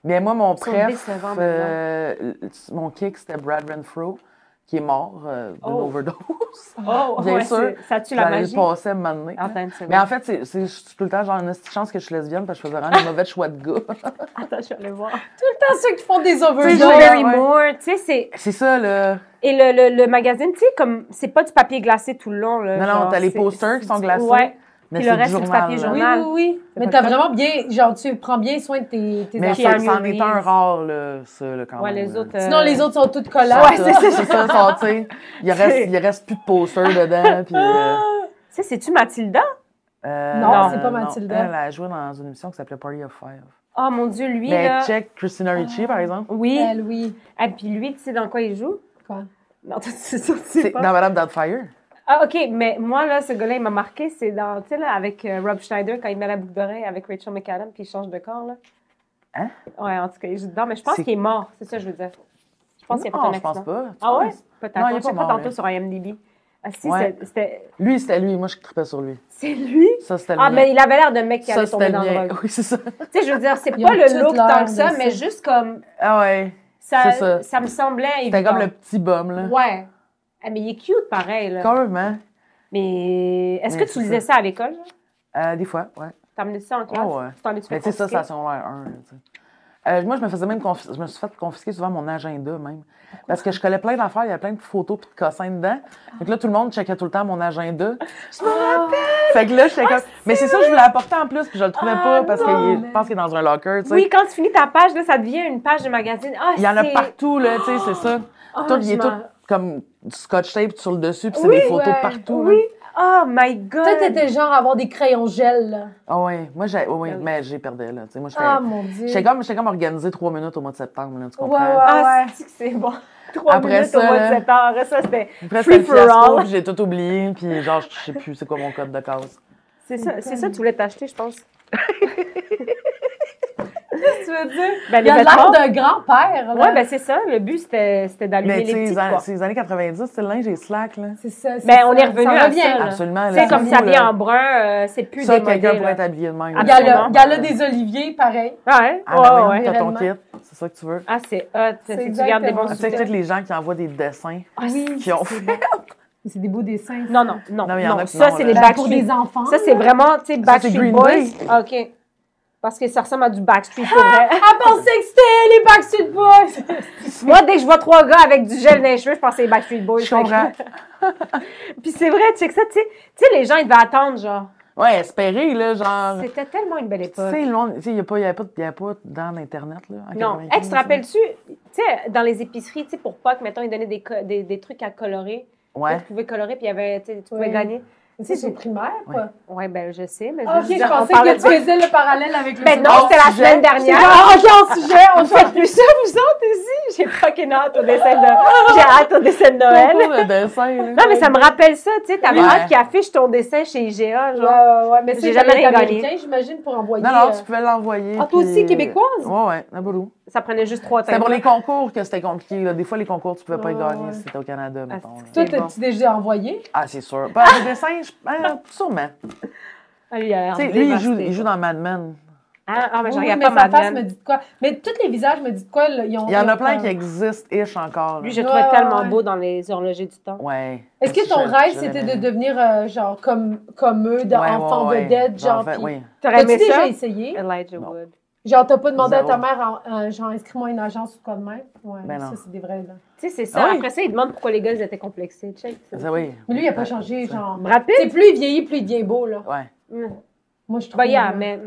Mais moi, mon sont préf, décevants, euh, mon kick, c'était Brad Renfro, qui est mort euh, d'une Oh. overdose. Oh, Bien ouais, sûr. c'est- Ça tue la J'allais magie. Ah, le passer à un moment donné. Attends une seconde. Mais en fait, c'est- c'est je suis tout le temps genre une petite chance que je suis lesbienne parce que je faisais vraiment des mauvais choix de gars. Attends, je vais aller voir. Tant ceux qui font des Tu overdoses. sais, Jerry ouais. Moore, tu sais, c'est. C'est ça, là. Et le, le, le magazine, tu sais, comme, c'est pas du papier glacé tout le long. Là, Non, non, genre, t'as les c'est- posters c'est qui sont du- glacés. Ouais. Mais Puis le reste, c'est du papier là. Oui, journal. oui, oui. Mais pas t'as le vraiment bien, genre, tu prends bien soin de tes, tes Mais affaires. Puis c'est- c'en Keanu est un Reeves. rare, là, ça, là, quand Ouais, même. les là. autres. euh, Sinon, les autres sont toutes Ah, Ils sont collantes. tous- c'est ça. ils sont, tu sais, il reste, il reste plus de posters dedans. Puis, euh, Tu sais, c'est-tu Mathilda? euh, Non, c'est euh, pas Mathilda. Elle, elle a joué dans une émission qui s'appelait Party of Five. Oh mon Dieu, lui, mais là. Ah. check Christina Ricci, par exemple. Oui. Elle, oui. Et Ah, puis lui, tu sais dans quoi il joue? Quoi? Non, toi, c'est sûr, tu sais C'est pas. dans Madame Doubtfire. Ah, OK, mais moi, là, ce gars-là, il m'a marqué, c'est dans, tu sais, là, avec euh, Rob Schneider, quand il met la boucle d'oreille avec Rachel McAdam, puis il change de corps, là. Hein? Ouais, en tout cas, il joue dedans, mais je pense C'est- qu'il est mort, c'est ça que je veux dire. Je pense qu'il a Non, fait un je accident. pense pas. Tu Ah ouais? penses? Peut-être. Non, il est On pas checkera mort, tantôt mais- sur IMDb. Ah, si, Ouais. c'est- c'était... Lui, c'était lui. Moi, je tripais sur lui. C'est lui? Ça, c'était le Ah, mien. mais il avait l'air d'un mec qui ça, allait tomber c'était le dans le mien. drogue. Oui, c'est ça. Tu sais, je veux dire, c'est Ils pas ont le toutes look l'air tant que de ça, ça. mais juste comme... Ah ouais. Ça, C'est ça. ça. me semblait évident. C'était comme le petit bum, là. Ouais. Ah, mais il est cute, pareil, là. Quand même, hein? Mais est-ce que Mais tu c'est lisais ça à l'école? genre? Euh, des fois, ouais. Oh, T'as amené ça en classe? ouais. Tu t'en es-tu fait Mais tu sais, ça, confisquer? ça a son l'air un. là, tu sais. Euh, moi, je me faisais même confis- je me suis fait confisquer souvent mon agenda même. Parce que je collais plein d'affaires, il y avait plein de photos puis de cossins dedans. Ah. Donc là, tout le monde checkait tout le temps mon agenda. Je me rappelle. Fait que là, j'étais comme. Mais c'est ça, je voulais apporter en plus, puis je le trouvais Ah, pas parce non, que mais- je pense qu'il est dans un locker, tu sais. Oui, quand tu finis ta page, là, ça devient une page de magazine. Ah, Il y en a c'est- partout, là, tu sais, c'est ça. Ah, Tout- il est je tout m'en- comme du scotch tape sur le dessus, puis c'est Oui, des photos ouais, partout. là. Oui. Oh my God. Toi, t'étais genre à avoir des crayons gel, là. Ah ouais, moi, j'ai. ouais, ouais, Ah oui. mais j'ai perdu, là. Tu sais, moi, j'étais. Ah, mon Dieu. J'étais comme, j'étais comme organisé trois minutes au mois de septembre, là, tu Ouais, comprends? ouais, Ah, ouais. c'est-tu que c'est bon. Trois Après minutes au ça, mois là- de septembre. Après ça, c'était... Après, Free c'était le for fiasco, all. puis j'ai tout oublié, puis genre, je sais plus c'est quoi mon code de case. C'est ça, c'est ça que tu voulais t'acheter, je pense. Tu veux dire? Ben, Il les a l'air vêtements. d'un grand-père. là. Ouais, ben c'est ça. Le but, c'était c'était d'allumer Mais les tu sais, les petites, an- quoi. c'est les années 90, c'est le linge est slack, là. C'est ça. c'est Ben, ça. on est revenu Ça à revient. ça, là. Absolument. Tu là, sais, comme vous, ça vient là. en brun, euh, c'est plus Ça, démodé, quelqu'un pourrait là. être habillé de même. Ah, Gala, Absolument. gala des oliviers, pareil. Ouais, Ah, ben ouais, oui, ouais. t'as ton réellement. kit. C'est ça que tu veux. Ah, c'est hot. C'est C'est tu gardes des exactement Ah, bons Tu ça. sais, souvenirs. tous les gens qui envoient des dessins. Ah, oui. qui ont c'est fait. bon. C'est des beaux dessins. Non, non, non. Non, mais il y en non. a qui ça, non, c'est là. les Ben, pour Backstreet des enfants. Ça, c'est vraiment, tu sais, Backstreet Green Boys. Day. Ah, OK. Parce que ça ressemble à du Backstreet pour vrai. Ah, pensait que c'était les Backstreet Boys! Moi, dès que je vois trois gars avec du gel dans les cheveux, je pense que c'est les Backstreet Boys. Je comprends. Puis c'est vrai, tu sais que ça, tu sais, tu sais, les gens, ils devaient attendre, genre. Ouais, espérer, là, Ah. genre. C'était tellement une belle Tu époque. sais, le monde, tu sais, il n'y a pas, y avait pas, de- y avait pas dans Internet, là. en Non. 95, Hey, tu te là. rappelles-tu, tu sais, dans les épiceries, tu sais, pour Pâques, mettons, ils donnaient des, co- des, des trucs à colorer. Ouais. Tu pouvais colorer, puis il y avait, tu sais, tu pouvais Oui. gagner. C'est c'est primaire, quoi. Ah, Ouais, ben, je sais, mais Ok, juste- je on pensais parlait que tu faisais le parallèle avec le Ben non, sujet. Oh, c'était la sujet. semaine J'étais dernière. genre, ok, on sujet, on Vous fait. faites Ah, plus ça, vous autres, ici? J'ai fucking hâte au dessin de J'ai hâte au dessin de Noël. Pas de dessin, là. Non, mais ça me rappelle ça, tu sais, ta Oui. mère qui affiche ton dessin chez IGA, Ouais, genre. ouais, ouais, mais J'ai c'est jamais jamais rien gagné. américain, j'imagine, pour envoyer. Non, non, euh, tu pouvais l'envoyer. Ah, toi puis- euh, aussi, québécoise? Ouais, ouais, Nabourou. Ça prenait juste trois C'était temps. pour les concours que c'était compliqué. Là. Des fois, les concours, tu pouvais pas y Ouais, gagner ouais. Ah, si c'était au Canada, mettons. là. Toi, C'est bon. t'as-tu déjà envoyé? Ah, c'est sûr. Bah, les dessins, je- ah, sûrement. Ah, lui, il a l'air Tu sais, lui, il dévasté. joue, il joue dans Mad Men. Ah, ah, mais je Oui, regarde mais pas sa face Madeleine. me dit de quoi? Mais tous les visages me disent de quoi? là, ils ont- Il y en ils a ont plein peur. qui existent, ish, encore. là. Lui, je le Ouais, trouvais ouais, tellement ouais. beau dans les horlogers du temps. Ouais. Est-ce que ton Je- rêve, je c'était l'aimais. de devenir, euh, genre, comme, comme eux, Ouais, d'enfant ouais, ouais. vedette, genre? J'en fais- puis- oui. T'aurais T'as-tu aimé déjà ça? essayé? Elijah Non. Wood. Genre, t'as pas demandé à ta Zéro. mère, en- en- genre, inscris-moi une agence ou quoi de même? Ouais, Ben non. ça, c'est des vrais, là. Tu sais, c'est ça. Ah oui. Après ça, il demande pourquoi les gars, ils étaient complexés. Check. ça. Ça, oui. Mais lui, il a pas changé, genre. Rapide? C'est plus il vieillit, plus il devient beau, là. Ouais. Mm. Moi, je trouve. Ben, yeah, là. mais...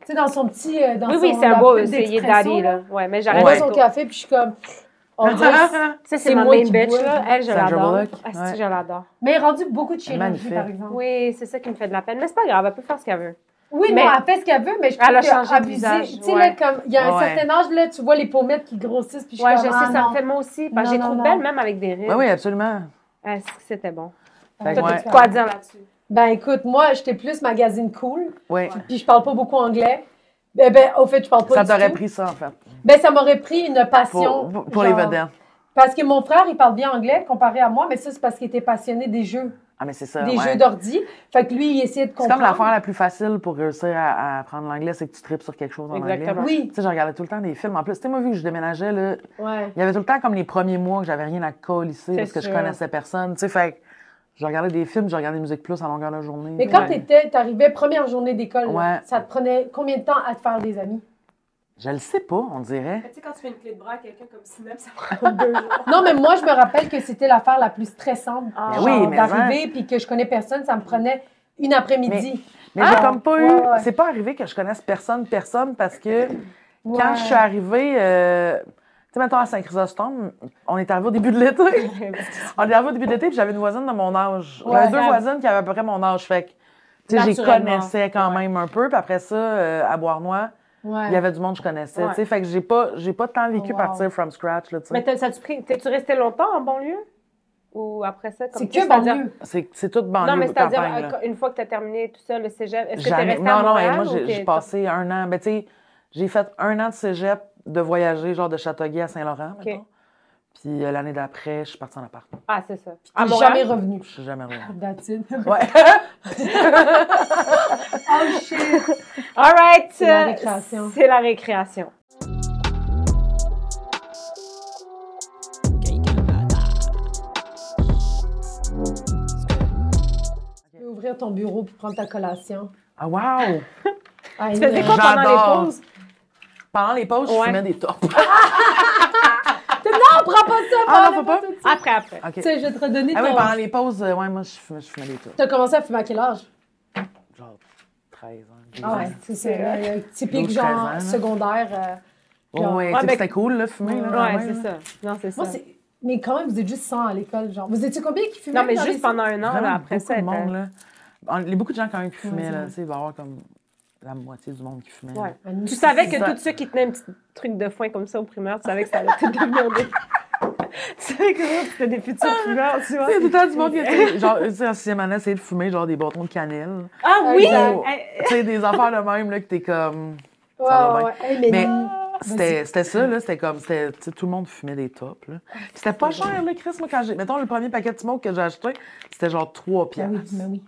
Tu sais, Mm. dans son petit. euh, dans Oui, oui, son- c'est un la beau pub essayer d'expresso, d'aller, là. Ouais, mais Elle j'arrête boit Ouais. son café, puis je suis comme. On dirait- Ah, Ça, c'est C'est ma moi main qui bitch, bois. là. Elle, je Sandra l'adore. Bullock, Ah, si, ouais. je l'adore. Mais elle a rendu beaucoup de chirurgie, Magnifique. par exemple. Oui, Oui, c'est ça qui me fait de la peine. Mais c'est pas grave, elle peut faire ce qu'elle veut. Mais- mais elle fait ce qu'elle veut, mais je trouve Elle a qu'elle changé de abusée. visage, Tu sais, ouais. là, comme. Il y a un Ouais. certain âge, là, tu vois les pommettes qui grossissent, puis je suis Ouais, je sais, comme, ah, ça non. me fait moi aussi. Parce que Non, j'ai non, trouvé non. belle, même avec des rides. Oui, oui, absolument. Ah, c'est que c'était bon. Fait que Toi, ouais. t'as-tu quoi à dire là-dessus? Ben, écoute, moi, j'étais plus magazine cool, Oui. puis je parle pas beaucoup anglais. Ben, ben, au fait, je parle pas Ça du t'aurait tout. pris ça, en fait. Ben, ça m'aurait pris une passion. Pour, pour- pour les genre, vedettes. Parce que mon frère, il parle bien anglais comparé à moi, mais ça, c'est parce qu'il était passionné des jeux, Ah, mais c'est ça. des ouais. jeux d'ordi. Fait que lui, il essayait de C'est comprendre. comme l'affaire la plus facile pour réussir à, à apprendre l'anglais, c'est que tu tripes sur quelque chose en anglais. Exactement. Oui, Tu sais, je regardais tout le temps des films. En plus, tu sais, moi, vu que je déménageais, là, ouais. il y avait tout le temps comme les premiers mois que j'avais rien à colisser C'est parce que je sûr. connaissais personne. Tu sais, fait que je regardais des films, je regardais Musique Plus à longueur de journée. Mais quand Ouais. t'étais, t'arrivais première journée d'école, là, Ouais. ça te prenait combien de temps à te faire des amis? Je le sais pas, on dirait. Tu sais, quand tu fais une clé de bras à quelqu'un comme Sinem, ça prend Deux jours. Non, mais moi, je me rappelle que c'était l'affaire la plus stressante. Ah. genre, Mais oui, mais d'arriver puis que je connais personne, ça me prenait une après-midi. Mais Ah! j'ai comme pas eu. Ouais, ouais. C'est pas arrivé que je connaisse personne, personne, parce que Ouais. quand je suis arrivée, euh, tu sais, mettons à Saint-Chrysostome, on est arrivé au début de l'été. on est arrivé au début de l'été, puis j'avais une voisine de mon âge. Ouais. J'avais deux voisines qui avaient à peu près mon âge. Fait que, tu sais, j'y Naturellement. connaissais quand même un peu. Puis après ça, euh, à Bois-Noir, Ouais. il y avait du monde que je connaissais. Ouais. Tu sais, fait que j'ai pas, j'ai pas tant vécu Wow. partir from scratch, là, tu Mais sais. t'as- ça tu pris... t'es-tu resté longtemps en banlieue? Ou après ça? Comme C'est tu sais, que c'est-à-dire- banlieue. C'est, c'est toute banlieue. Non, mais c'est-à-dire, campagne, là. euh, une fois que t'as terminé tout ça, le cégep, est-ce que t'es Jamais. resté non, à non, mais Montréal? moi, ou j'ai- t'es- j'ai passé un an. Ben, tu sais, j'ai fait un an de cégep de voyager, genre de Châteauguay à Saint-Laurent, Ok. mettons. Puis euh, l'année d'après, je suis partie en appart. Ah, c'est ça. T'es À Montréal? jamais revenu. Je suis jamais revenue. That's it. Ouais. Oh shit. All right. C'est la euh, récréation. C'est la récréation. Tu peux ouvrir ton bureau pour prendre ta collation. Ah, wow! Ah, Tu non. faisais quoi pendant J'adore. les pauses? Pendant les pauses, Ouais. je fumais des tops. Non, prends pas ça. Ah, prends-le non, faut pas. tout de suite. Après, après. OK. Tu sais, je vais te redonner Ah oui, ton- pendant les pauses, euh, ouais, moi, je fumais, je fumais des tops. T'as commencé à fumer à quel âge? Genre 13 ans. 12 Ah ouais, ans. c'est- c'est euh, typique 12-13 genre ans, là. secondaire. euh. Ouais, Genre- ouais, Ouais, tu sais, mais- c'était cool, là, fumer. Là, Ah, ben, Ouais, quand même, c'est là. ça. Non, c'est ça. Moi, c'est... Mais quand même, vous êtes juste 100 à l'école, genre. Vous étiez combien qui fumaient? Non, mais dans juste les- pendant un an, Vraiment, là, après beaucoup ça. de t'as- monde, là. On- Il y a beaucoup de gens quand même qui Ouais, fumaient, c'est là. vrai. Tu sais, il va y avoir comme la moitié du monde qui fumait. là. Ouais. Un Tu savais que Ça- tous ceux qui tenaient un petit truc de foin comme ça au primaire, tu savais que ça allait tout devenir des... tu savais que eux autres, c'était des futurs fumeurs, tu vois. C'est tout le temps du monde qui était, genre, tu sais, en sixième année, essayer de fumer, genre, des bâtons de cannelle. Ah oui! oui! Exact. Tu sais, des affaires de même, là, que t'es comme... Ouais, Ça va ouais, ouais. Hey, mais, Mais- C'était c'était ça, là. C'était comme. c'était- tu sais, Tout le monde fumait des tops, là. Puis C'était pas cher, là, Chris, moi, quand j'ai. Mettons, le premier paquet de smoke que j'ai acheté, c'était genre 3 Ben Ah piastres. oui, ben oui.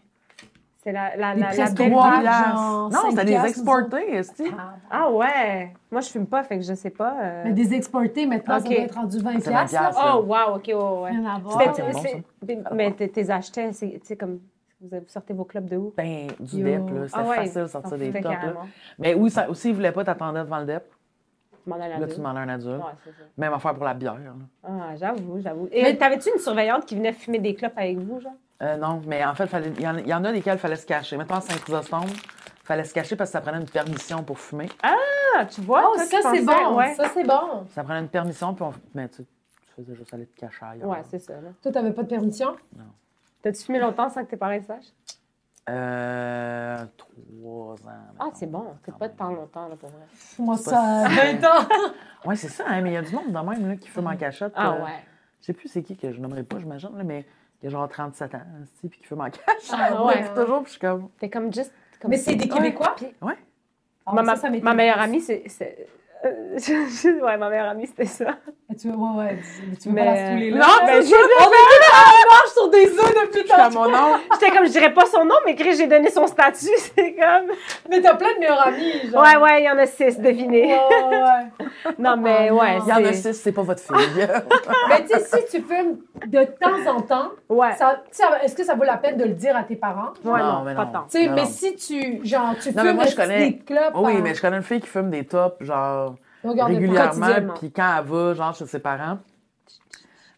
C'est la, la, Les la, la presses belle droites. vague. piastres, piastres. genre Non, cinq c'était des piastres, exportés, est Ah ouais! Moi, je fume pas, fait que je sais pas. euh. Mais des exportés, maintenant, Ok. ça doit être rendu 20 C'est 20 piastres. là. piastres. Oh, wow, OK, ouais, ouais, ouais. Rien à voir. C'était- là. bon, c'est- Mais t'es- t'es achetais, c'est- tu sais, comme. Vous vous sortez vos clubs de où? Ben, du Yo. dep, là. C'était Ah ouais, facile de sortir t'en des foutais tops, là. carrément. Mais oui, ça, aussi, ils voulaient pas, t'attendais devant le dep. Tu m'en allais à Là, deux. tu demandais un adulte. Ouais, c'est ça. Même affaire pour la bière, là. Ah, j'avoue, j'avoue. Et Mais- t'avais-tu une surveillante qui venait fumer des clopes avec vous, genre? Euh, non, mais en fait, fallait- il y, en- il y en a desquels il fallait se cacher. Maintenant, Saint-Chrysostome, il fallait se cacher parce que ça prenait une permission pour fumer. Ah, tu vois? Oh, toi, tu ça, c'est pensais- bon. Ouais, Ça, c'est bon. Ça prenait une permission, puis on. Mais tu, tu faisais juste aller te cacher ailleurs. ouais c'est ça. là. Toi, t'avais pas de permission? T'as-tu fumé longtemps sans que tes parents sachent? Euh. Trois ans. Ah, c'est bon. T'es pas de temps longtemps, là, pour vrai. Moi, ça. C'est pas- euh, temps! Oui, c'est ça, hein, mais il y a du monde de même là, qui fume en cachette. Ah, euh, ouais. Je sais plus c'est qui que je nommerai pas, j'imagine, là, mais il y a genre 37 ans, hein, c'est- puis qui fume en cachette. Ah, Ouais, ouais. puis toujours, puis je suis comme. T'es comme juste. Comme... Mais c'est des Québécois? Puis- Ah, ça, ma, ma- ça ma m'étonne. meilleure amie, c'est. c'est- euh, ouais, ma meilleure amie, c'était ça. Et Tu veux, ouais, ouais, dis- mais tu veux Mais- pas la saouler là? Non, mais j'ai- marche sur des œufs depuis Je suis oh à mon nom. j'étais comme, je dirais pas son nom, mais Chris, j'ai donné son statut. C'est comme. Mais t'as plein de meilleurs amis, genre. Ouais, ouais, il y en a six, Ouais, devinez. ouais, ouais. Non, mais Ah, ouais. non. Il y en a c'est- six, c'est pas votre fille. Mais tu sais, si tu fumes de temps en temps, Ouais. ça- tu sais, est-ce que ça vaut la peine de le dire à tes parents? Tu Ouais, Non, non, mais pas non. tant. sais, Non, mais non. si tu, genre, tu Non, mais fumes moi, je des connais- petites clopes. Oh oui, hein, mais je connais une fille qui fume des tops, genre. au regard de toi. régulièrement, quotidiennement. puis quand elle va, genre, chez ses parents,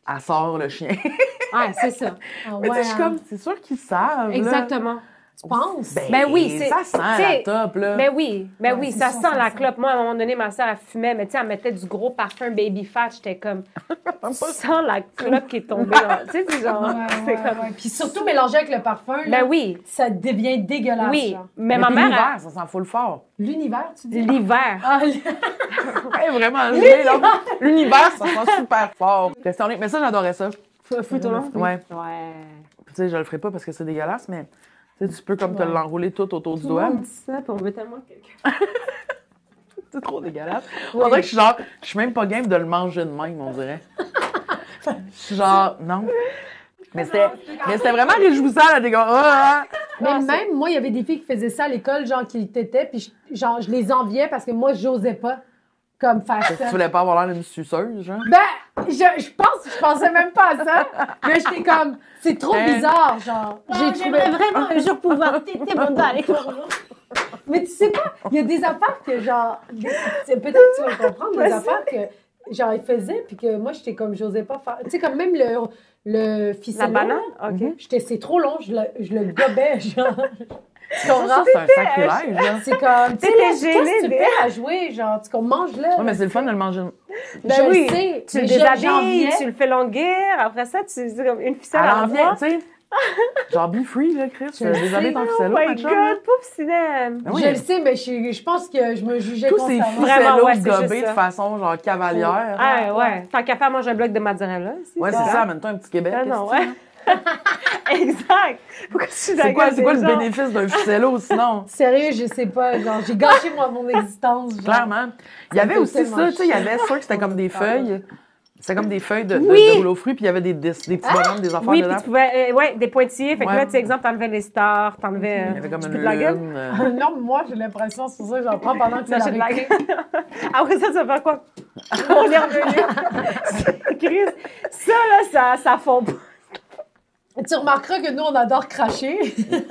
elle sort le chien. Ouais, c'est ça. Ah, Mais tu ouais, sais, je suis hein. comme, c'est sûr qu'ils savent, là. Exactement. Tu penses? Ben oui, c'est- Ça sent tu la sais, top, là. Ben oui, ben Ouais, oui, c'est ça ça, sent ça la sent. clope. Moi, à un moment donné, ma soeur, elle fumait, mais tu sais, elle mettait du gros parfum baby fat. J'étais comme, tu sens la clope qui est tombée. dans- Tu sais, c'est genre, Ouais, c'est ouais, comme, ouais. Puis surtout mélangé avec le parfum, là, ben oui, ça devient dégueulasse. oui. genre. Mais, ma puis mère, l'hiver, ça sent full fort. L'univers, tu elle- dis? l'hiver. Ah, l- Hey, vraiment gelé, là. L'univers, ça sent super fort. Restons honnêtes. Mais ça, j'adorais ça. Fou tout long. Ouais. Ouais. Puis, Tu sais, je le ferai pas parce que c'est dégueulasse, mais tu sais, tu peux comme te Ouais. l'enrouler tout autour du Tout le doigt. monde dit ça, puis on veut tellement quelqu'un. C'est trop dégueulasse. On dirait que je suis genre, je suis même pas game de le manger de même, on dirait. Je suis genre, non. Mais c'était, mais c'était vraiment réjouissant, là, des gars. Ah, ah. Mais même, moi, il y avait des filles qui faisaient ça à l'école, genre, qui le tétaient, puis je- genre, je les enviais parce que moi, j'osais pas comme faire Parce que ça. tu voulais pas avoir l'air d'une suceuse, genre. Ben, je, je pense, je pensais même pas à ça, mais j'étais comme, c'est trop Ben, Hein? bizarre, genre. J'ai trouvé... vraiment un jour pouvoir téter mon dos avec moi. Mais tu sais pas, il y a des affaires que, genre, tu sais, peut-être que tu vas le comprendre, des Vas-y. affaires que, genre, ils faisaient, puis que moi, j'étais comme, j'osais pas faire. Tu sais, comme même le, le La ficello, banane? OK. Mhm. là, j'étais, c'est trop long, je le, je le gobais, genre. Tu comprends? Ça, c'est un sacrilège, là. C'est comme, tu sais, T'étais là, qu'est-ce que tu gênée, fais à jouer, genre, tu mange là. Ouais, mais c'est le fun de le manger. Ben je oui, sais, Tu le mais je- j'en déshabilles, viens. tu le fais languir. Après ça, tu c'est comme une ficelle À à l'envie, l'envoi. tu sais. Genre, be free, là, Chris. le Désolé, sais. tant que Oh c'est là, ma my chum, là. God, pauvre Sinem. Ben oui. Je le sais, mais je, je pense que je me jugeais Tous ces constamment. Vraiment, ficellos ouais, c'est juste gobés de ça. façon, genre, cavalière. Ah ouais, tant qu'à faire, mange un bloc de mozzarella aussi. Ouais, c'est tu vois. ça, amène-toi un petit Québec. Ah qu'est-ce non, que tu- ouais. exact. Pourquoi tu suis C'est quoi, c'est quoi le bénéfice d'un ficello, sinon? Sérieux, je sais pas. Genre, j'ai gâché moi mon existence. Genre. Clairement. Il y Ça avait me aussi fait ça, tellement tu sais, il y chier. avait sûr que c'était comme des feuilles. C'était comme des feuilles de, de, Oui. de rouleau fruits, puis il y avait des, des, des petits bonhommes, des affaires Oui, puis dedans. tu pouvais, euh, ouais, des pointillés. Fait que Ouais. là, tu sais, exemple, t'enlevais les stars, t'enlevais. Il y euh, avait comme tu une peux te la gueule? lune. euh, Non, moi, j'ai l'impression, c'est ça, j'en prends pendant que tu Non, l'as j'ai de la réglé. Après ça, tu vas faire quoi? On est revenu. Chris, ça, là, ça, ça fond pas. Tu remarqueras que nous, on adore cracher.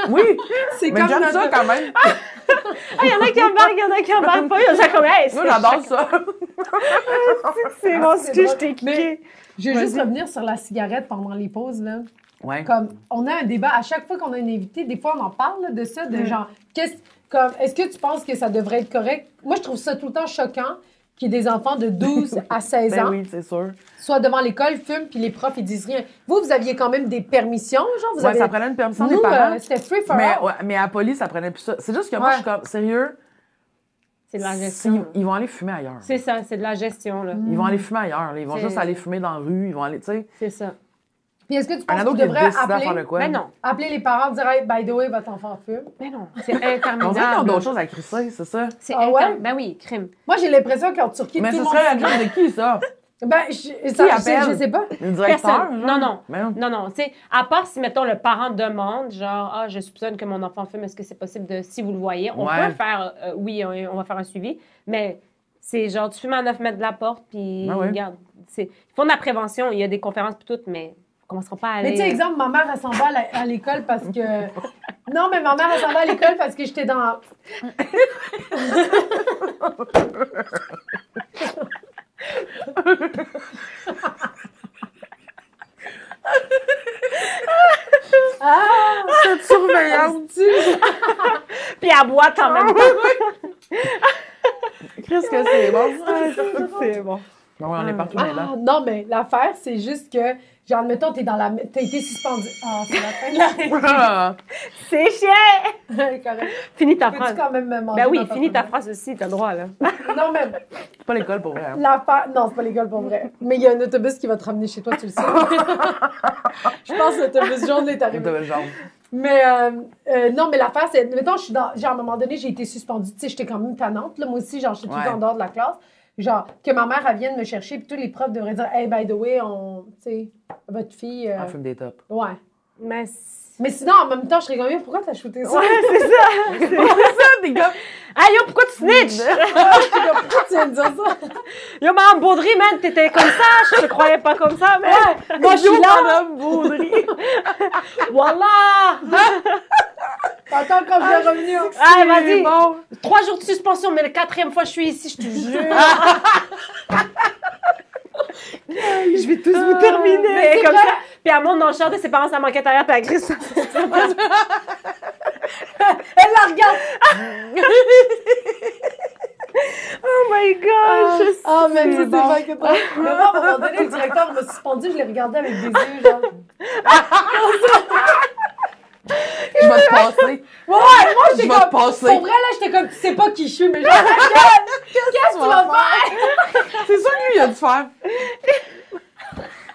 Oui, C'est mais comme j'aime notre- ça quand même. Ah, il y en a qui embarquent, il y en a qui embarquent pas. Il y en a comme, hey, Moi, c'est- j'adore ça. Ah, C'est mon C'est excuse, je drôle. t'ai Mais- kické. Je vais juste Vas-y. revenir sur la cigarette pendant les pauses, là. Ouais. Comme, on a un débat à chaque fois qu'on a un invité, des fois, on en parle là, de ça, de Mm. genre, qu'est-ce, comme, est-ce que tu penses que ça devrait être correct? Moi, je trouve ça tout le temps choquant qu'il y ait des enfants de 12 à 16 ans Ben oui, c'est sûr. soit devant l'école, fume, puis les profs, ils disent rien. Vous, vous aviez quand même des permissions, genre, vous Ouais, avez... ça prenait une permission Nous, des parents. euh, c'était free for mais, all. ouais, mais à la police, ça prenait plus ça. C'est juste que moi, Ouais. je suis comme, sérieux, C'est de la s'ils- gestion. ils vont aller fumer ailleurs. C'est ça, c'est de la gestion, là. Ils vont aller fumer ailleurs. là. Ils vont C'est- juste aller fumer dans la rue. Ils vont aller, tu sais. C'est ça. Puis est-ce que Ah, tu Un penses ado qu'on qui devrait décide à faire de appeler, quoi? Mais Ben non, appeler les parents et dire hey, by the way, votre enfant fume? mais non, c'est On dirait qu'ils ont interminable. d'autres choses à crisser, c'est ça? C'est Ah ah ouais? Ben oui, crime. Moi, j'ai l'impression qu'en Turquie, Mais tout ce le monde. serait la job de qui, ça? Ben, je, ça, je- appelle? je sais pas. Le directeur? Personne. genre? Non, non. Mais non. Non, non, tu sais, à part si, mettons, le parent demande, genre, ah, je soupçonne que mon enfant fume, est-ce que c'est possible de, si vous le voyez, on Ouais. peut faire, euh, oui, on, on va faire un suivi, mais c'est genre, tu fumes à 9 mètres de la porte, puis Ah ouais. regarde, c'est, ils font de la prévention, il y a des conférences, puis tout, mais on commencera pas à aller. Mais tu sais, exemple, ma mère, elle s'en va à la- à l'école parce que. Non, mais ma mère, elle s'en va à l'école parce que j'étais dans. Ah! Cette surveillance, tu Puis à boîte en même temps. Qu'est-ce que c'est bon, ça? c'est bon. Non, ouais, on est partout, mais là. Ah, non, mais l'affaire, c'est juste que, genre, admettons, t'es dans la. T'as été suspendu. Ah, c'est la fin de la. C'est chiant! Correct. Finis ta Peux-tu phrase. quand même me manger Ben oui, dans ta finis ta première? phrase aussi, t'as le droit, là. Non, mais C'est pas l'école pour hein. rien. La fa- Non, c'est pas l'école pour vrai. Mais il y a un autobus qui va te ramener chez toi, tu le sais. je pense que l'autobus jaune est Une arrivé. double jambe. Mais euh, euh, non, mais l'affaire, c'est. Mettons, je suis dans. Genre, à un moment donné, j'ai été suspendue. Tu sais, j'étais quand même tannante. Là. Moi aussi, genre, j'étais tout le temps Ouais. en dehors de la classe. Genre, que ma mère, elle vienne me chercher, puis tous les profs devraient dire, hey, by the way, on. Tu sais, votre fille. euh, Ah, On fume des tops. Ouais. Mais. c'est- Mais sinon, en même temps, je serais comme, Yo, pourquoi t'as shooté ça? Ouais, c'est ça! C'est ça, des gars! Ah yo, pourquoi tu snitches? J'étais comme, pourquoi tu viens de dire ça? Yo, Mme Baudry, man, t'étais comme ça, je te croyais pas comme ça, mais. Moi, je suis là. Madame Baudry! Voilà! Attends, quand je vais revenir. Ah, vas-y! bon. Trois jours de suspension, mais la quatrième fois que je suis ici, je te jure! Ah. Je vais tous vous terminé! Mais c'est comme vrai. ça! Puis elle monte dans le char de ses parents, ça manquait derrière, puis elle crie ça. Elle la regarde. Oh my gosh! Ah, même si C'est c'est bon. vrai que toi. Mais moi, à un moment donné, le directeur m'a suspendu, je l'ai regardé avec des yeux, genre. Je vais te passer. Ouais, ouais, moi, Je j'étais vais te comme. passer. Pour vrai, là, j'étais comme, tu sais pas qui je suis, mais genre, qu'est-ce que tu vas faire? C'est ça que lui, il a dû faire.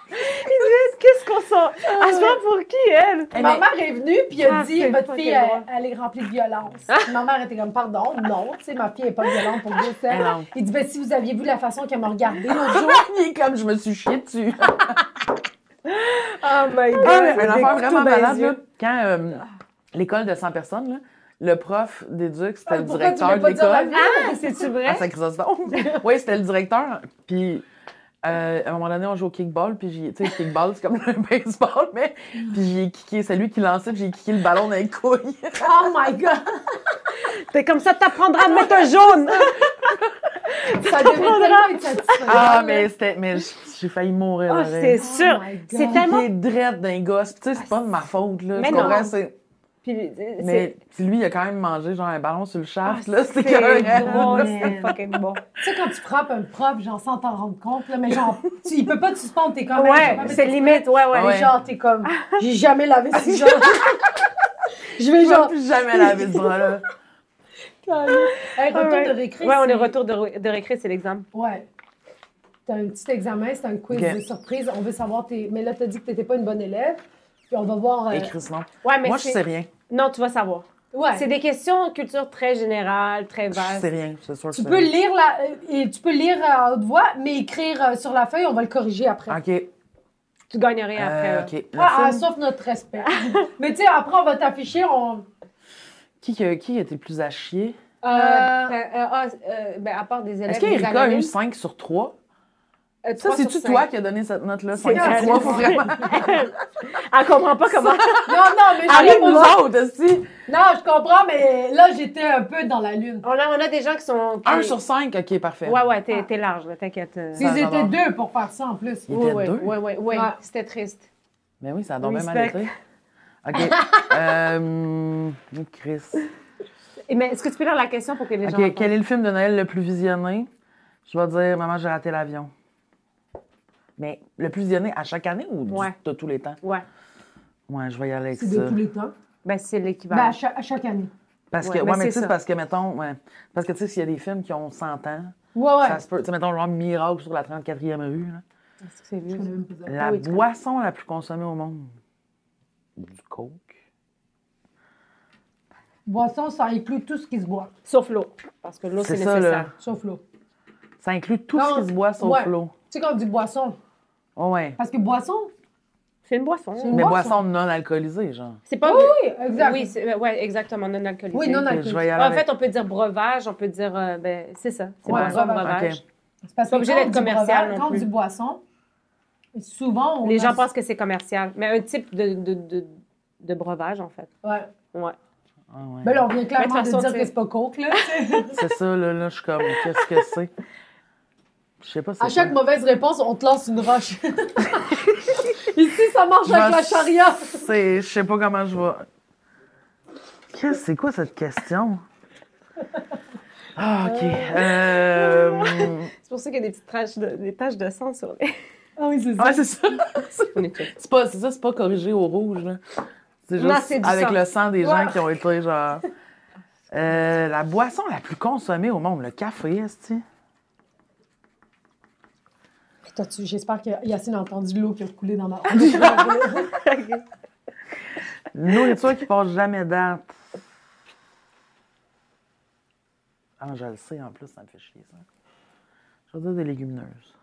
Idriss, qu'est-ce qu'on sent? Elle se prend pour qui, elle? Eh, Ma mais- mère est venue, puis elle a Ah, dit, c'est votre fucking fille, elle, drôle. elle est remplie de violence. Ma mère était comme, pardon, non, tu sais, ma fille est pas violente pour vous, Eh elle. non. Il dit, ben, si vous aviez vu la façon qu'elle m'a regardée l'autre jour. Il est comme, je me suis chiée dessus. Oh my god! Ah, mais une affaire vraiment malade, là. Quand euh, l'école de 100 personnes, là, le prof d'éduc, c'était le Ah, Pourquoi tu directeur voulais de pas dire la l'école. vie? Ah, c'est-tu À vrai? Saint-Chrysostome. oui, c'était le directeur. Puis, euh, à un moment donné, on joue au kickball. Puis, j'ai- tu sais, le kickball, c'est comme le baseball, mais. Puis, j'ai kické. C'est lui qui lançait, puis j'ai kické le ballon dans les couilles. Oh my god! T'es comme ça, Ah, t'apprendras à mettre un jaune! Ça devait tellement être satisfaisant. Ah, là. mais c'était. Mais j- j'ai failli mourir. Ah, là, c'est là. Oh sûr! my God. C'est tellement. Kické drette d'un gosse. Puis, tu sais, c'est pas de ma faute, là. Mais tu non. comprends? C'est- Puis, euh, c'est- Ah, Mais puis lui, il a quand même mangé, genre, un ballon sur le shaft, là. C'était C'est carrément. drôle, man. c'est fucking bon. Tu sais, quand tu frappes un prof, genre, sans t'en rendre compte, là, mais genre, tu, il peut pas te suspendre, t'es comme. Ouais, Hey, c'est limite, ouais, ouais. Ah ouais. Genre, t'es comme, j'ai jamais lavé ce genre. Je vais Je vais genre. plus jamais laver ce bras-là. Hey, retour Ah ouais. de récré. Ouais, on c'est- est retour de, de récré, c'est l'exemple. Ouais. T'as un petit examen, c'est un quiz Ok. de surprise. On veut savoir tes. Mais là, t'as dit que t'étais pas une bonne élève. Puis on va voir. euh, Écris ce nom. Ouais, mais Moi, je c'est- sais rien. Non, tu vas savoir. Ouais. C'est des questions de culture très générale, très Je vaste. sais rien, c'est sûr que Tu c'est peux lire la, euh, et tu peux lire à haute voix, mais écrire euh, sur la feuille, on va le corriger après. OK. euh, Tu gagnerais après. là. OK. Le Ah, ah, film, sauf notre respect. mais tu sais, après, on va t'afficher. On... Qui, qui, qui était plus à chier? euh, Euh, euh, ah, euh, ben, à part des élèves. Est-ce des qu'Erika a eu anonymes, 5 sur 3? euh, Ça, trois c'est-tu sur cinq. toi qui as donné cette note-là? 5 vrai, sur 3, c'est faut moi. vraiment... Elle comprend pas comment. Non, non, mais Arrive j'arrive nous pas. autres, aussi! Non, je comprends, mais là, j'étais un peu dans la lune. on, a, on a des gens qui sont. qui- 1 sur 5, OK, parfait. Ouais, ouais, t'es t'es large, là, t'inquiète. euh. Ils va étaient voir. deux pour faire ça en plus. Il Ouais, était ouais, deux? ouais, ouais, ouais. Ouais. C'était triste. Mais Ben oui, ça a donc bien mal Respect. été. OK. euh... Chris. Et Mais est-ce que tu peux lire la question pour que les gens. OK, quel est le film de Noël le plus visionné? Je vais dire « Maman, j'ai raté l'avion ». Mais le plus visionné à chaque année ou du- Ouais. de tous les temps? Ouais. Ouais, je vais y aller avec C'est ça. de tous les temps. Ben, c'est l'équivalent. Ben, à, cha- à chaque année. Parce que, Ouais, ouais, mais mais c'est tu sais, ça. c'est parce que, mettons, ouais. Parce que, tu sais, s'il y a des films qui ont 100 ans, Ouais, ouais. ça se peut. Tu sais, mettons, genre Miracle sur la 34e rue, là. Est-ce que c'est Je vieux? connais même pas ça. La oui, tu boisson la plus consommée au monde. Du coke. Boisson, ça inclut tout ce qui se boit, Sauf l'eau, parce que l'eau, C'est c'est ça, là. nécessaire. sauf l'eau. Ça inclut tout Non, ce qui se boit sauf ouais. l'eau. Tu sais, quand on dit boisson, Oh, ouais. parce que boisson, C'est une boisson. C'est une Mais boisson. boisson non alcoolisée, genre. C'est pas... oui, exact. Oui, c'est- euh, ouais, exactement, non alcoolisé. Oui, non Ok, Je vais y aller. En avec- fait, on peut dire breuvage, on peut dire... euh, ben, c'est ça, c'est Ouais, boisson, breuvage. breuvage. Ok. C'est parce Pas obligé quand d'être on dit commercial breuvage, non Quand on plus. dit boisson, souvent, on Les gens ass- pensent que c'est commercial, mais un type de, de, de, de breuvage, en fait. Ouais. Ah, ouais. Ben là, on vient de clairement toute de façon, dire tu que sais- c'est pas coke, là. tu sais. C'est ça, là, là, je suis comme, qu'est-ce que c'est? Je sais pas c'est À chaque quoi. mauvaise réponse, on te lance une roche. Ici, ça marche Je avec m'en- la charia. C'est, je sais pas comment je vais. Qu'est-ce c'est quoi cette question? Ah, ok. Euh... C'est pour ça qu'il y a des petites taches de, des taches de sang sur les... Ah oui, c'est ça. Ouais, c'est ça. c'est C'est pas, c'est ça, c'est pas corrigé au rouge, là. C'est juste Non, c'est du avec sang. le sang des Ouais. gens qui ont été, genre. Euh, la boisson la plus consommée au monde, le café, est T'as-tu- J'espère que Yacine a entendu l'eau qui a coulé dans ma Nourriture qui passe jamais date. Ah, je le sais en plus, ça me fait chier ça. Je vais dire des légumineuses.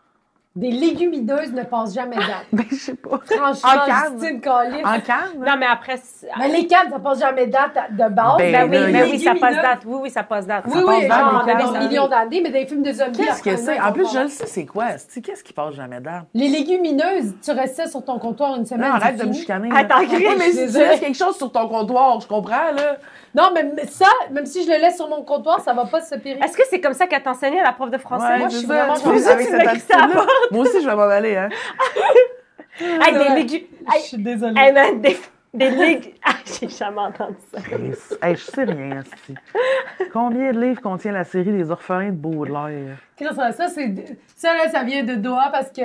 Des légumineuses ne passent jamais date. Ben, je sais pas. En Franchement, canne. Justine Collier. En canne? Non, mais après... c'est- Mais Ben, les cannes, ça passe jamais date à- de base. Ben Ben oui, là, ben il- oui, ça passe Légumineuses. date. Oui, oui, ça passe date. Oui, Ça oui, passe genre, date, les on a cannes. des millions d'années, mais dans les films de zombies... Qu'est-ce après, que c'est? on En plus, va- je le sais, c'est quoi? C'est qu'est-ce qui passe jamais date? Les légumineuses, tu restais sur ton comptoir une semaine. Là, arrête c'est de me fini. chicaner. là. Attends, Chris, Ouais, mais je suis si tu désolée. laisses quelque chose sur ton comptoir, je comprends, là. Non, mais ça, même si je le laisse sur mon comptoir, ça va pas se périr. Est-ce que c'est comme ça qu'elle t'enseignait la prof de français? Ouais, moi, c'est je suis ça. vraiment C'est genre- pour ça que Tu cette l'as glissé à attitude-là. Moi aussi, je vais m'en aller, hein. Hey, des Ouais. légumes. Hey, suis désolée. hey, man, des, des légumes. Ah, j'ai jamais entendu ça. Chris. Hey, je sais rien, esti. Combien de livres contient la série des orphelins de Baudelaire? Qu'est-ce que Ça, ça, c'est- ça, là, ça vient de Doha parce que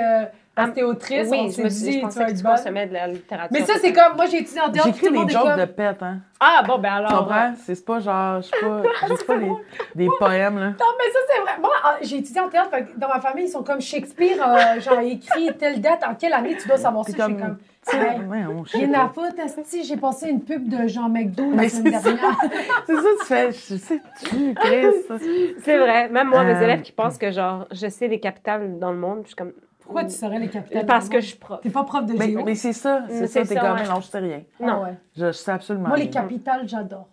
parce que t'es autrice, on s'est dit, tu vas être bonne. de la littérature. Mais ça, c'est comme, moi, j'ai étudié en théâtre, tout J'écris le des monde est jokes comme... de pète, hein. Ah, bon, ben Tu alors. comprends? C'est c'est pas genre, je sais pas, j'ai pas des, des poèmes, là. Non, mais ça, c'est vrai. Moi, en- j'ai étudié en théâtre, fait que dans ma famille, ils sont comme Shakespeare, euh, genre, écrit telle date, en quelle année, tu dois savoir ça. C'est Je suis comme, comme, tu sais, Ouais. ouais, on- je sais rien pas. à foutre, esti, j'ai passé une pub de Jean McDo Mais la semaine c'est ça. dernière. C'est ça, tu fais, je sais, tu, Chris. C'est vrai. Même moi, Euh, mes élèves qui pensent que, genre, je sais les capitales dans le monde, je suis comme. Pourquoi tu saurais les capitales? Parce du que monde? je suis prof. T'es pas prof de Mais, géo? mais c'est ça, c'est ça, Mais c'est t'es ça, comme, ouais. non, je sais rien. Ah non. ouais. Je, je sais absolument Moi, rien. les capitales, j'adore.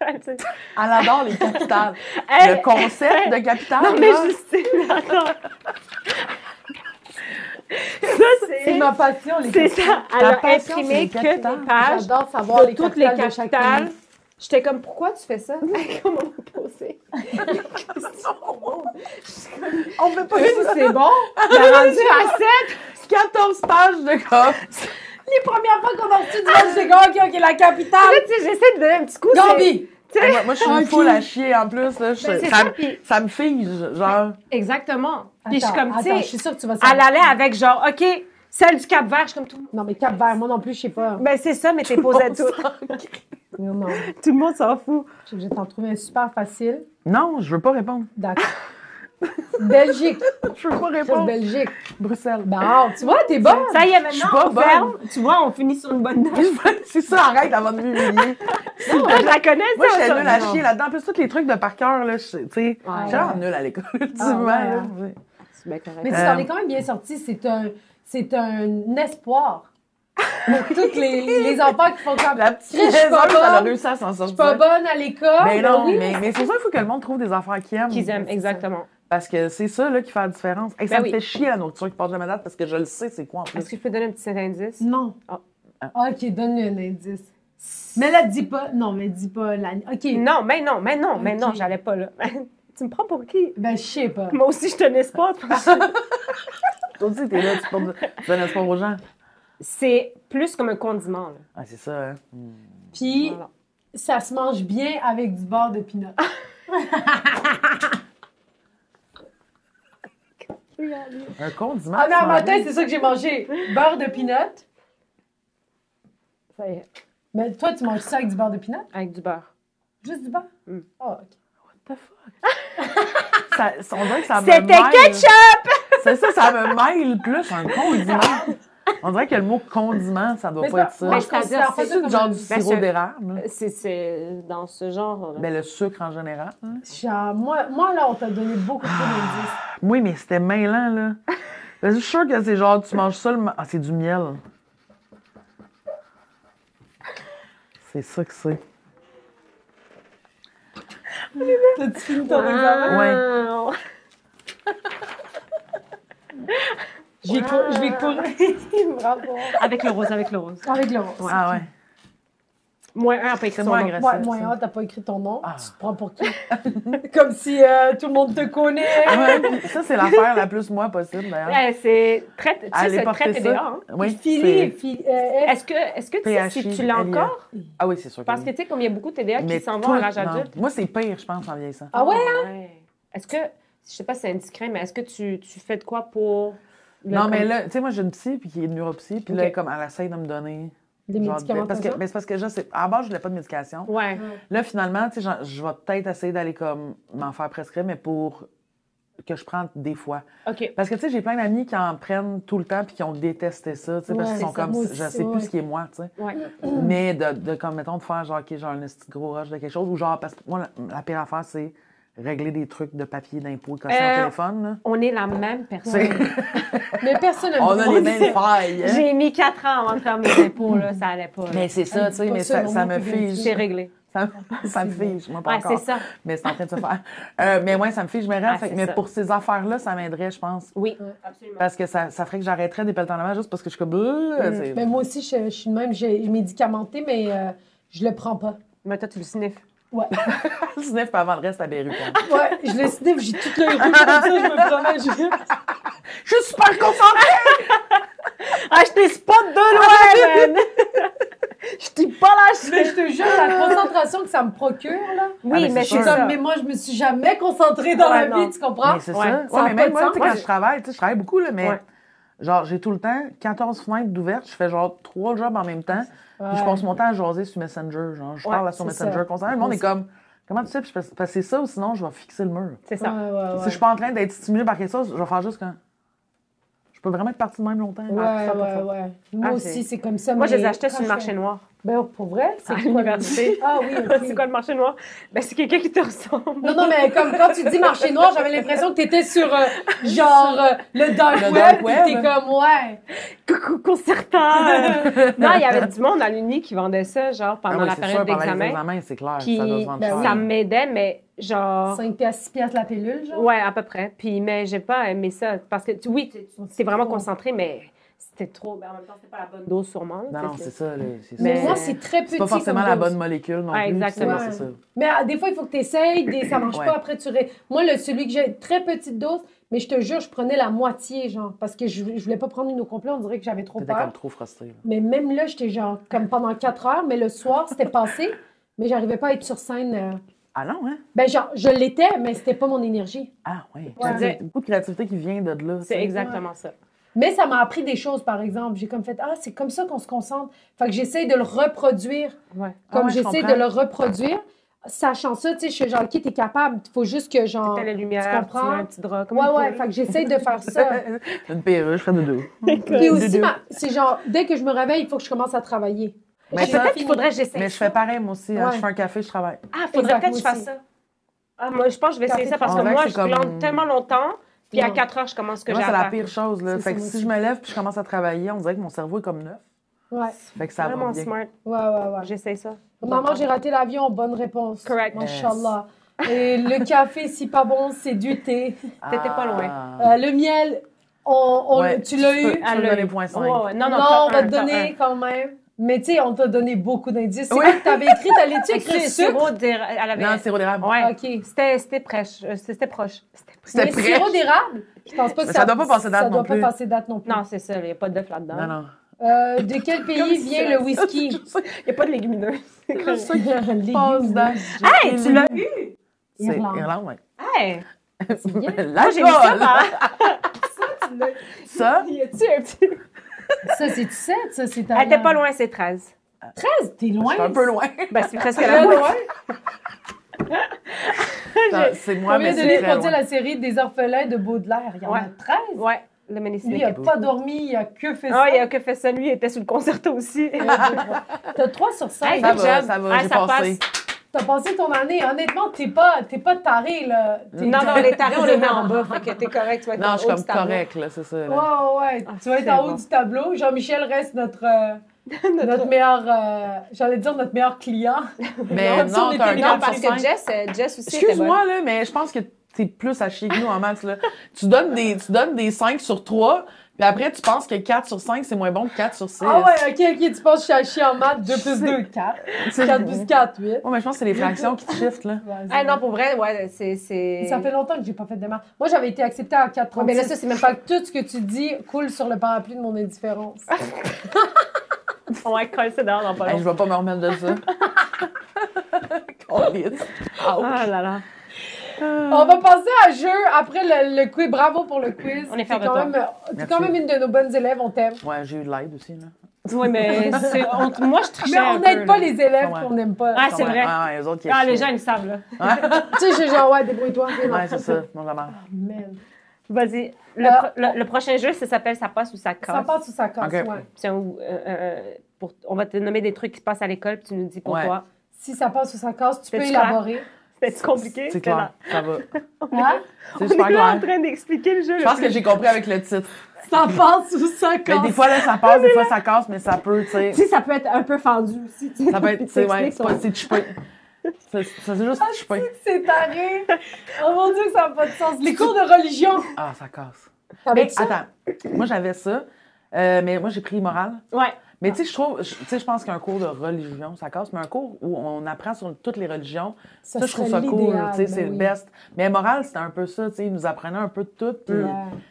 hey, Elle adore les capitales. Le Ah. concept de capitale, Non, mais là, Justine, attends. ça, C'est c'est. ma passion, les C'est capitales. ça. Elle Ta a passion, c'est imprimé les que des capitales. pages J'adore savoir de les toutes les capitales de chaque capitales. pays. J'étais comme, pourquoi tu fais ça? Comment on poser? on fait pas Oui, une C'est bon. T'as rendu à 7? 14 pages de cop. Les premières fois qu'on a reçu du monde, j'ai gagné, OK, la capitale. Là, tu sais, j'essaie de donner un petit coup. c'est- Gambie. moi, moi, je suis une Ok. foule à chier en plus. Là, je- Ben, c'est ça, ça, me- puis- ça me fige, genre. Exactement. Puis je suis Attends, comme, attends, tu je sais, suis sûre que tu vas elle savoir. allait avec genre, OK, celle du Cap Vert, je suis comme tout. Non, mais cap vert, moi non plus, je sais pas. Ben, c'est ça, mais t'es posé Bon tout. sang. Non, non. Je Tout le monde s'en fout. suis obligée de t'en trouver un super facile. Non, je veux pas répondre. D'accord. Belgique. Je veux pas Chris, répondre. Belgique. Bruxelles. Bon, tu vois, t'es bonne. Ça y est, Je suis maintenant, pas on bonne. ferme. Tu vois, on finit sur une bonne note. c'est ça, arrête avant de m'humilier. Moi, je la connais, ça. Moi, j'étais nulle à aujourd'hui. chier là-dedans. En plus, tous les trucs de par cœur, là, je- tu sais. Ah, Genre ouais. nulle à l'école, Ah, ultimement. ouais, là, hein. tu sais. C'est bien correct. Mais tu t'en es quand même bien sorti. C'est un, c'est un espoir. Pour tous les, les enfants qui font comme. La petite Chris, je suis raison, pas elle a bonne. réussi à s'en Je suis pas sortir. bonne à l'école. Mais ben non, oui. mais, mais c'est ça, il faut que le monde trouve des enfants qu'ils aiment. Qu'ils aiment, c'est ça. exactement. Parce que c'est ça là, qui fait la différence. Hey, ça Ben me oui. Ben fait chier la nourriture qui passe jamais date parce que je le sais c'est quoi en plus. Est-ce que je peux donner un petit indice? Non. Ah. Ok, donne-lui un indice. Mais là, dis pas. Non, mais dis pas la. Ok. Non, mais non, mais non, mais non, Ok. j'allais pas là. tu me prends pour qui? Ben, je sais pas. Moi aussi, je tenais pas. Toi aussi, t'es là, tu portes- tu donnes espoir aux gens. C'est plus comme un condiment. Là. Ah, c'est ça, hein. Hmm. Puis, Voilà. ça se mange bien avec du beurre de pinot. Un condiment. Ah, mais sans un matin, vie. c'est ça que j'ai mangé. Beurre de pinot. Ça y est, Mais toi, tu manges ça avec du beurre de pinot? avec du beurre. Juste du beurre? Mm. Ah, ok. What the fuck? ça, on dirait que ça me C'était mêle. ketchup! C'est ça, ça me mêle plus un condiment. On dirait que le mot condiment, ça doit Mais pas être c'est ça. pas- moi, je Mais considère c'est-à-dire, pas c'est ça Ben, C'est comme genre un- du Ben, sirop c'est- d'érable. là. C'est- C'est dans ce genre. Ben, le sucre en général. hein. Genre, moi, moi, là, on t'a donné beaucoup trop d'indices. Oui, mais c'était mêlant, là. Ben, je suis sûre que c'est genre, tu manges ça le. ma- Ah, c'est du miel. C'est ça que c'est. T'as-tu fini ton examen? Ah, Wow. Je vais cou- je vais courir. Bravo. Avec le rose, avec le rose. Avec le rose. Ah ouais. Moins un après C'est écrire son moins nom. agressif. Ouais, ça. moyen, hein, t'as pas écrit ton nom. Ah. Tu te prends pour qui? Comme si euh, tout le monde te connaît. Ah ouais, puis ça, c'est l'affaire la plus moi possible, d'ailleurs. Eh, C'est très, tu sais, Allez, c'est portez très ça. TDA. hein. Oui, Philly, c'est- Philly, euh, eh. F. Est-ce que, est que tu sais si PHI, tu l'as LIA. encore? Ah oui, c'est sûr. Parce que oui. tu sais, comme il y a beaucoup de TDA Mais qui s'en tout- vont à l'âge non. adulte. Moi, c'est pire, je pense, en vieillissant. Ah ouais? Ouais. hein? Est-ce que, je sais pas si c'est indiscret, mais est-ce que tu, tu fais de quoi pour. le- non, mais là, tu sais, moi, j'ai une psy, puis qui est une neuropsy, puis là, Ok. comme, elle essaye de me donner. Des genre, ben, médicaments parce comme que, ça? mais c'est parce que, je sais, à la base, je voulais pas de médication. Ouais. Là, finalement, tu sais, genre, je vais peut-être essayer d'aller comme m'en faire prescrire, mais pour que je prends des fois. OK. Parce que, tu sais, j'ai plein d'amis qui en prennent tout le temps puis qui ont détesté ça, tu sais, parce Ouais, qu'ils sont c'est ça, comme, moi aussi, je sais ouais. plus ce qui est moi, tu sais. Ouais. Mais de, de, comme, mettons, de faire, genre, OK, genre, un petit gros rush de quelque chose, ou genre, parce que moi, la, la pire affaire, c'est régler des trucs de papier d'impôt et caution au Euh, téléphone, là. On est la même personne. C'est- Mais personne n'a on dit a qu'on les disait- mêmes failles. hein. J'ai mis quatre ans avant de faire mes impôts, là, ça allait pas. là. Mais c'est Elle ça, dit tu sais, pas mais ça, ça, non, ça moi me qui viens de fige. C'est réglé. Ça, ça me fige, moi, pas Ouais, encore. c'est ça. Mais c'est en train de se faire. Euh, mais ouais, ça me fiche, je me rends. Ah, Fait que- c'est mais ça. pour ces affaires-là, ça m'aiderait, je pense. Oui, absolument. Parce que ça, ça ferait que j'arrêterais des pelletons en avant juste parce que je suis comme. euh, Mm. c'est- Ben, Mais moi aussi, je, je suis de même, j'ai j'ai médicamenté, mais euh, je le prends pas. Mais toi, tu le sniffes. Je sniff pas avant le reste à Beyrouth. hein. Ouais, je le sniff, j'ai tout le comme ça, je me promets. je- Je suis super concentrée! Ah, Achetez spot de loin, man! Je t'ai pas lâché! Mais je te jure, la concentration que ça me procure, là. Ah, mais Oui, mais c'est c'est sûr. Comme, ça. mais moi, je me suis jamais concentrée dans la Ouais, non. vie, tu comprends? Mais c'est Ouais, ça. Ah, ça a Ouais, pas mais même de moi, sens. tu sais, quand Ouais. je travaille, tu sais, je travaille beaucoup, là, mais Ouais. genre, j'ai tout le temps 14 fenêtres d'ouvertes, je fais genre trois jobs en même temps, puis je Ouais. passe mon temps à jaser sur Messenger. Genre, je Ouais, parle sur c'est ça. Messenger constamment. Le monde Moi est comme, comment tu sais? Puis je fais- parce que c'est ça, ou sinon, je vais fixer le mur. C'est Ouais, ça. ouais, Si ouais. je suis pas en train d'être stimulée par quelque chose, je vais faire juste quand. Je peux vraiment être partie de même longtemps. Ouais, 100%. ouais, ouais. Moi Ah, aussi, c'est- c'est comme ça. Moi, je mais les achetais sur le quand marché je- noir. Ben, pour vrai, c'est À quoi le- l'université. Ah oui, ok. C'est quoi le marché noir? Ben, c'est quelqu'un qui te ressemble. Non, non, mais comme quand tu dis marché noir, j'avais l'impression que t'étais sur, euh, genre, euh, le dark Le web, dark puis web. t'es comme, ouais. Coucou, concertant! Euh, non, il y avait du monde à l'Uni qui vendait ça, genre, Ah pendant oui, la c'est sûr, période pendant les d'examen. examens, c'est clair, Puis, ça doit se vendre ben cher. oui. Ça m'aidait, mais genre... 5 piastres, 6 piastres la pilule, genre. Ah. Ouais, à peu près. Puis, mais j'ai pas aimé ça. Parce que, tu- oui, tu- tu- t'es vraiment trop. concentré, mais c'était trop. Mais en même temps, c'était pas la bonne dose, sûrement. Non, là, tu non, sais, c'est ça. là, c'est Mais ça. moi, c'est très petit. C'est pas forcément comme la dose. bonne molécule non Ouais, plus. exactement. C'est ça. Mais ah, des fois, il faut que tu essayes, des, ça marche Ouais. pas, après tu ré... Moi, le, celui que j'ai, très petite dose, mais je te jure, je prenais la moitié, genre, parce que je, je voulais pas prendre une au complet, on dirait que j'avais trop T'étais peur. comme trop frustrée. là. Mais même là, j'étais genre, comme pendant 4 heures, mais le soir, c'était passé, mais j'arrivais pas à être sur scène. euh. Ah non, hein? Ben, genre, je l'étais, mais c'était pas mon énergie. Ah oui. Ouais. C'est beaucoup de créativité qui vient de là. tu C'est sais. exactement ça. Mais ça m'a appris des choses, par exemple. J'ai comme fait, ah, c'est comme ça qu'on se concentre. Fait que j'essaye de le reproduire. Ouais. Ah Comme ouais, je j'essaie comprends. de le reproduire, sachant ça, tu sais, je suis genre, OK, t'es capable. Il faut juste que, genre. T'as la lumière, tu Oh, comprends? mets un petit drap. comme Ouais, une ouais. poule. Fait que j'essaye de faire ça. Une perruche, fais de deux. Puis aussi, ma- c'est genre, dès que je me réveille, il faut que je commence à travailler. Mais J'ai ça- pas Peut-être fini. qu'il faudrait que j'essaie. Mais je fais pareil, moi aussi. hein. Ouais. Je fais un café, je travaille. Ah, faudrait Exact, peut-être que je moi fasse ça. Ah, moi, je pense que je vais essayer ça parce On que dirait moi, que je c'est plante comme- tellement longtemps, puis à Non. 4 heures, je commence ce que j'ai Moi, c'est à la faire. pire chose. Là. C'est Fait ça, que moi si aussi. je me lève puis je commence à travailler, on dirait que mon cerveau est comme neuf. Ouais, Fait que ça va Vraiment bien. smart. ouais, ouais, ouais. J'essaie ça. Maman, j'ai raté l'avion. Bonne réponse. Correct. Inch'Allah. Et le café, si pas bon, c'est du thé. T'étais pas loin. Ah. Euh, le miel, on, on- Ouais, tu l'as peux- eu. Tu peux me l'œil. donner point cinq. Ouais, ouais. Ah, Non, non, non, t'as on va un, te t'as donner un. quand même. Mais tu sais, on t'a donné beaucoup d'indices. C'est Oui. quoi que t'avais écrit? T'allais-tu Fait que écrire C'est sucre? sirop d'érable. Elle Non, avait. sirop d'érable. Ouais. OK. C'était c'était proche. Euh, C'était proche. C'était proche. C'était Mais prêt. sirop d'érable, je pense pas que Mais ça... ça doit pas passer date ça non doit pas plus. passer date non plus. Non, c'est ça. Il n'y a pas d'œuf là-dedans. Non, non. Euh, de quel pays si vient ça- le whisky? Il n'y a pas de légumineux. C'est Légumes. Hey, tu l'as eu? C'est Irlande. Irlande, oui. Hey! bien. Là, Moi, j'ai mis ça là. par... Ça, Il y a-tu un petit... Ça, c'est 17, ça, c'est... Elle était pas loin, c'est 13. 13, t'es je loin. suis un peu loin. Ben, c'est presque Très la moitié. loin. Attends, C'est moi, Combien mais de c'est livres très on dit loin. la série des orphelins de Baudelaire? Il y en a Ouais. 13. Ouais, le Lui, Ménécier. il a pas dormi, il a que fait Ah, ça. il a que fait ça, lui, il était sur le concerto aussi. T'as 3 sur 5. Hey, Ah, Ça good va, job. ça va, Ah, j'ai ça passé. T'as passé ton année. Honnêtement, t'es pas, t'es pas taré, là. T'es- non, non, les tarés, on les met en bas, fait que t'es correct, tu vas être Mm. Non, en je suis haut comme du tableau. correct, là, c'est ça. Ouais, là. ouais, ouais. Ah, tu vas être c'est en haut bon. du tableau. Jean-Michel reste notre, euh, Notre- notre meilleur, euh, j'allais dire notre meilleur client. Mais Non, si on non, était t'as un mignons, Non, quatre parce sur que cinq. Jess, euh, Jess aussi était bonne. Excuse-moi, là, mais je pense que t'es plus à chier que nous en maths, là. tu, donnes des, tu donnes des 5 sur 3, puis après, tu penses que 4 sur 5, c'est moins bon que 4 sur 6. Ah ouais, ok, ok, tu penses que je suis à chier en maths. 2 plus 2, 4. 4 plus 4, 8. Ouais, mais je pense que c'est les fractions qui te shiftent, là. Ah non, pour vrai, ouais, c'est... c'est- Ça fait longtemps que j'ai pas fait de maths. Moi, j'avais été acceptée à 4 Ouais, mais là, ça, c'est même pas... Fait que tout ce que tu dis coule sur le parapluie de mon indifférence. Ah. On va coller ça dehors dans pas Hey, je longtemps. vais pas me remettre de ça. Câlisse. Ouch. Ah là là. On va passer à jeu après le, le quiz. Bravo pour le quiz. On est fiers T'es de quand toi. Même, t'es quand Merci. même une de nos bonnes élèves, on t'aime. Ouais, j'ai eu de l'aide aussi, là. Oui, mais c'est- on- moi, je trichais Mais un on peu, n'aide pas là. les élèves Ouais. qu'on n'aime pas. Ah, c'est Ouais, vrai. ouais, ouais, les autres qui Ah, les gens, chient. ils le savent, là. Tu sais, j'ai genre, ouais, débrouille-toi. fais-le. Ouais, c'est ça. Non, la merde. Ah, man. Vas-y. Le, Euh, pro- le- le prochain jeu, ça s'appelle Ça passe ou ça casse. Ça passe ou ça casse, Ok. ouais. C'est un- euh, euh, pour- on va te nommer des trucs qui se passent à l'école, puis tu nous dis pourquoi. Si ça passe ou ça casse, tu peux T'es-tu clair? élaborer. C'était compliqué. C'est clair. Ça va. Hein? C'est On super est là en clair. train d'expliquer le jeu. Je le pense que plus- j'ai compris avec le titre. Ça passe ou ça Mais casse. des fois, là, ça passe, des fois, ça casse, mais ça peut, tu sais. sais, ça peut être un peu fendu aussi. tu sais. Ça peut être, tu sais, ouais, T'expliques Ah, c'est pas- c'est chupé. Ça, ça, c'est juste chupé. C'est taré. Oh mon Dieu, que ça n'a pas de sens. Les cours de religion. Ah, ça casse. T'avais Mais ça? attends, moi, j'avais ça, euh, mais moi, j'ai pris morale. Ouais. Mais tu sais, je trouve, je- tu sais, je pense qu'un cours de religion, ça casse, mais un cours où on apprend sur toutes les religions, ça, je trouve serait ça cool, l'idéal, tu sais, ben c'est le oui. best. Mais morale, c'était un peu ça, tu sais, ils nous apprenaient un peu de tout, puis Ouais.